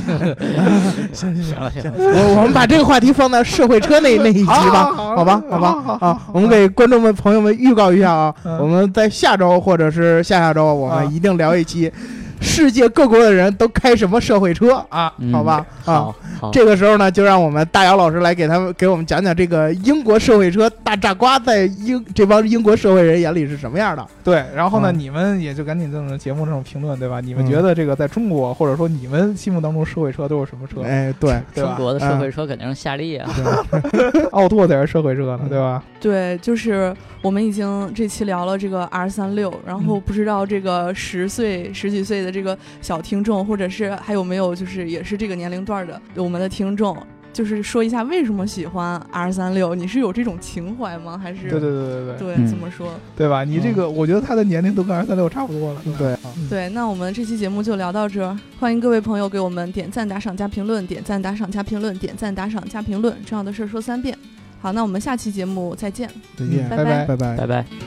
[SPEAKER 4] 行了行了，
[SPEAKER 2] 我我们把这个话题放到社会车那那一集吧，啊好吧，好吧，啊，我们给观众们朋友们预告一下啊，
[SPEAKER 3] 嗯
[SPEAKER 2] 我们在下周或者是下下周，我
[SPEAKER 3] 啊
[SPEAKER 2] 们一定聊一期世界各国的人都开什么社会车啊，
[SPEAKER 4] 嗯
[SPEAKER 2] 好吧，啊
[SPEAKER 4] 好。好，
[SPEAKER 2] 这个时候呢，就让我们大姚老师来给他们给我们讲讲这个英国社会车大炸瓜在英这帮英国社会人眼里是什么样的。
[SPEAKER 3] 对，然后呢，
[SPEAKER 2] 嗯
[SPEAKER 3] 你们也就赶紧这种节目这种评论，对吧？你们
[SPEAKER 2] 嗯
[SPEAKER 3] 觉得这个在中国，或者说你们心目当中社会车都是什么车？
[SPEAKER 2] 哎，对，嗯
[SPEAKER 3] 对
[SPEAKER 4] 中
[SPEAKER 3] 吧？
[SPEAKER 4] 国的社会车肯定是夏利啊，
[SPEAKER 3] 奥拓才是社会车呢，对吧？
[SPEAKER 1] 对，就是我们已经这期聊了这个 R 三六，然后
[SPEAKER 3] 嗯
[SPEAKER 1] 不知道这个十岁、十几岁的这个小听众，或者是还有没有就是也是这个年龄段的我们的听众，就是说一下为什么喜欢 R 三六？你是有这种情怀吗？还是
[SPEAKER 3] 对对对对对，
[SPEAKER 1] 对
[SPEAKER 4] 嗯
[SPEAKER 1] 怎么说？
[SPEAKER 3] 对吧？你这个，我觉得他的年龄都跟二三六差不多了。吧嗯
[SPEAKER 2] 对啊，
[SPEAKER 1] 对，那我们这期节目就聊到这儿，欢迎各位朋友给我们点赞、打赏、加评论，点赞、打赏、加评论，点赞、打赏、加评论，这样的事儿说三遍。好，那我们下期节目再见。
[SPEAKER 2] 再
[SPEAKER 3] 嗯
[SPEAKER 2] 见，
[SPEAKER 1] 拜拜
[SPEAKER 3] 拜。
[SPEAKER 2] 拜拜
[SPEAKER 4] 拜拜。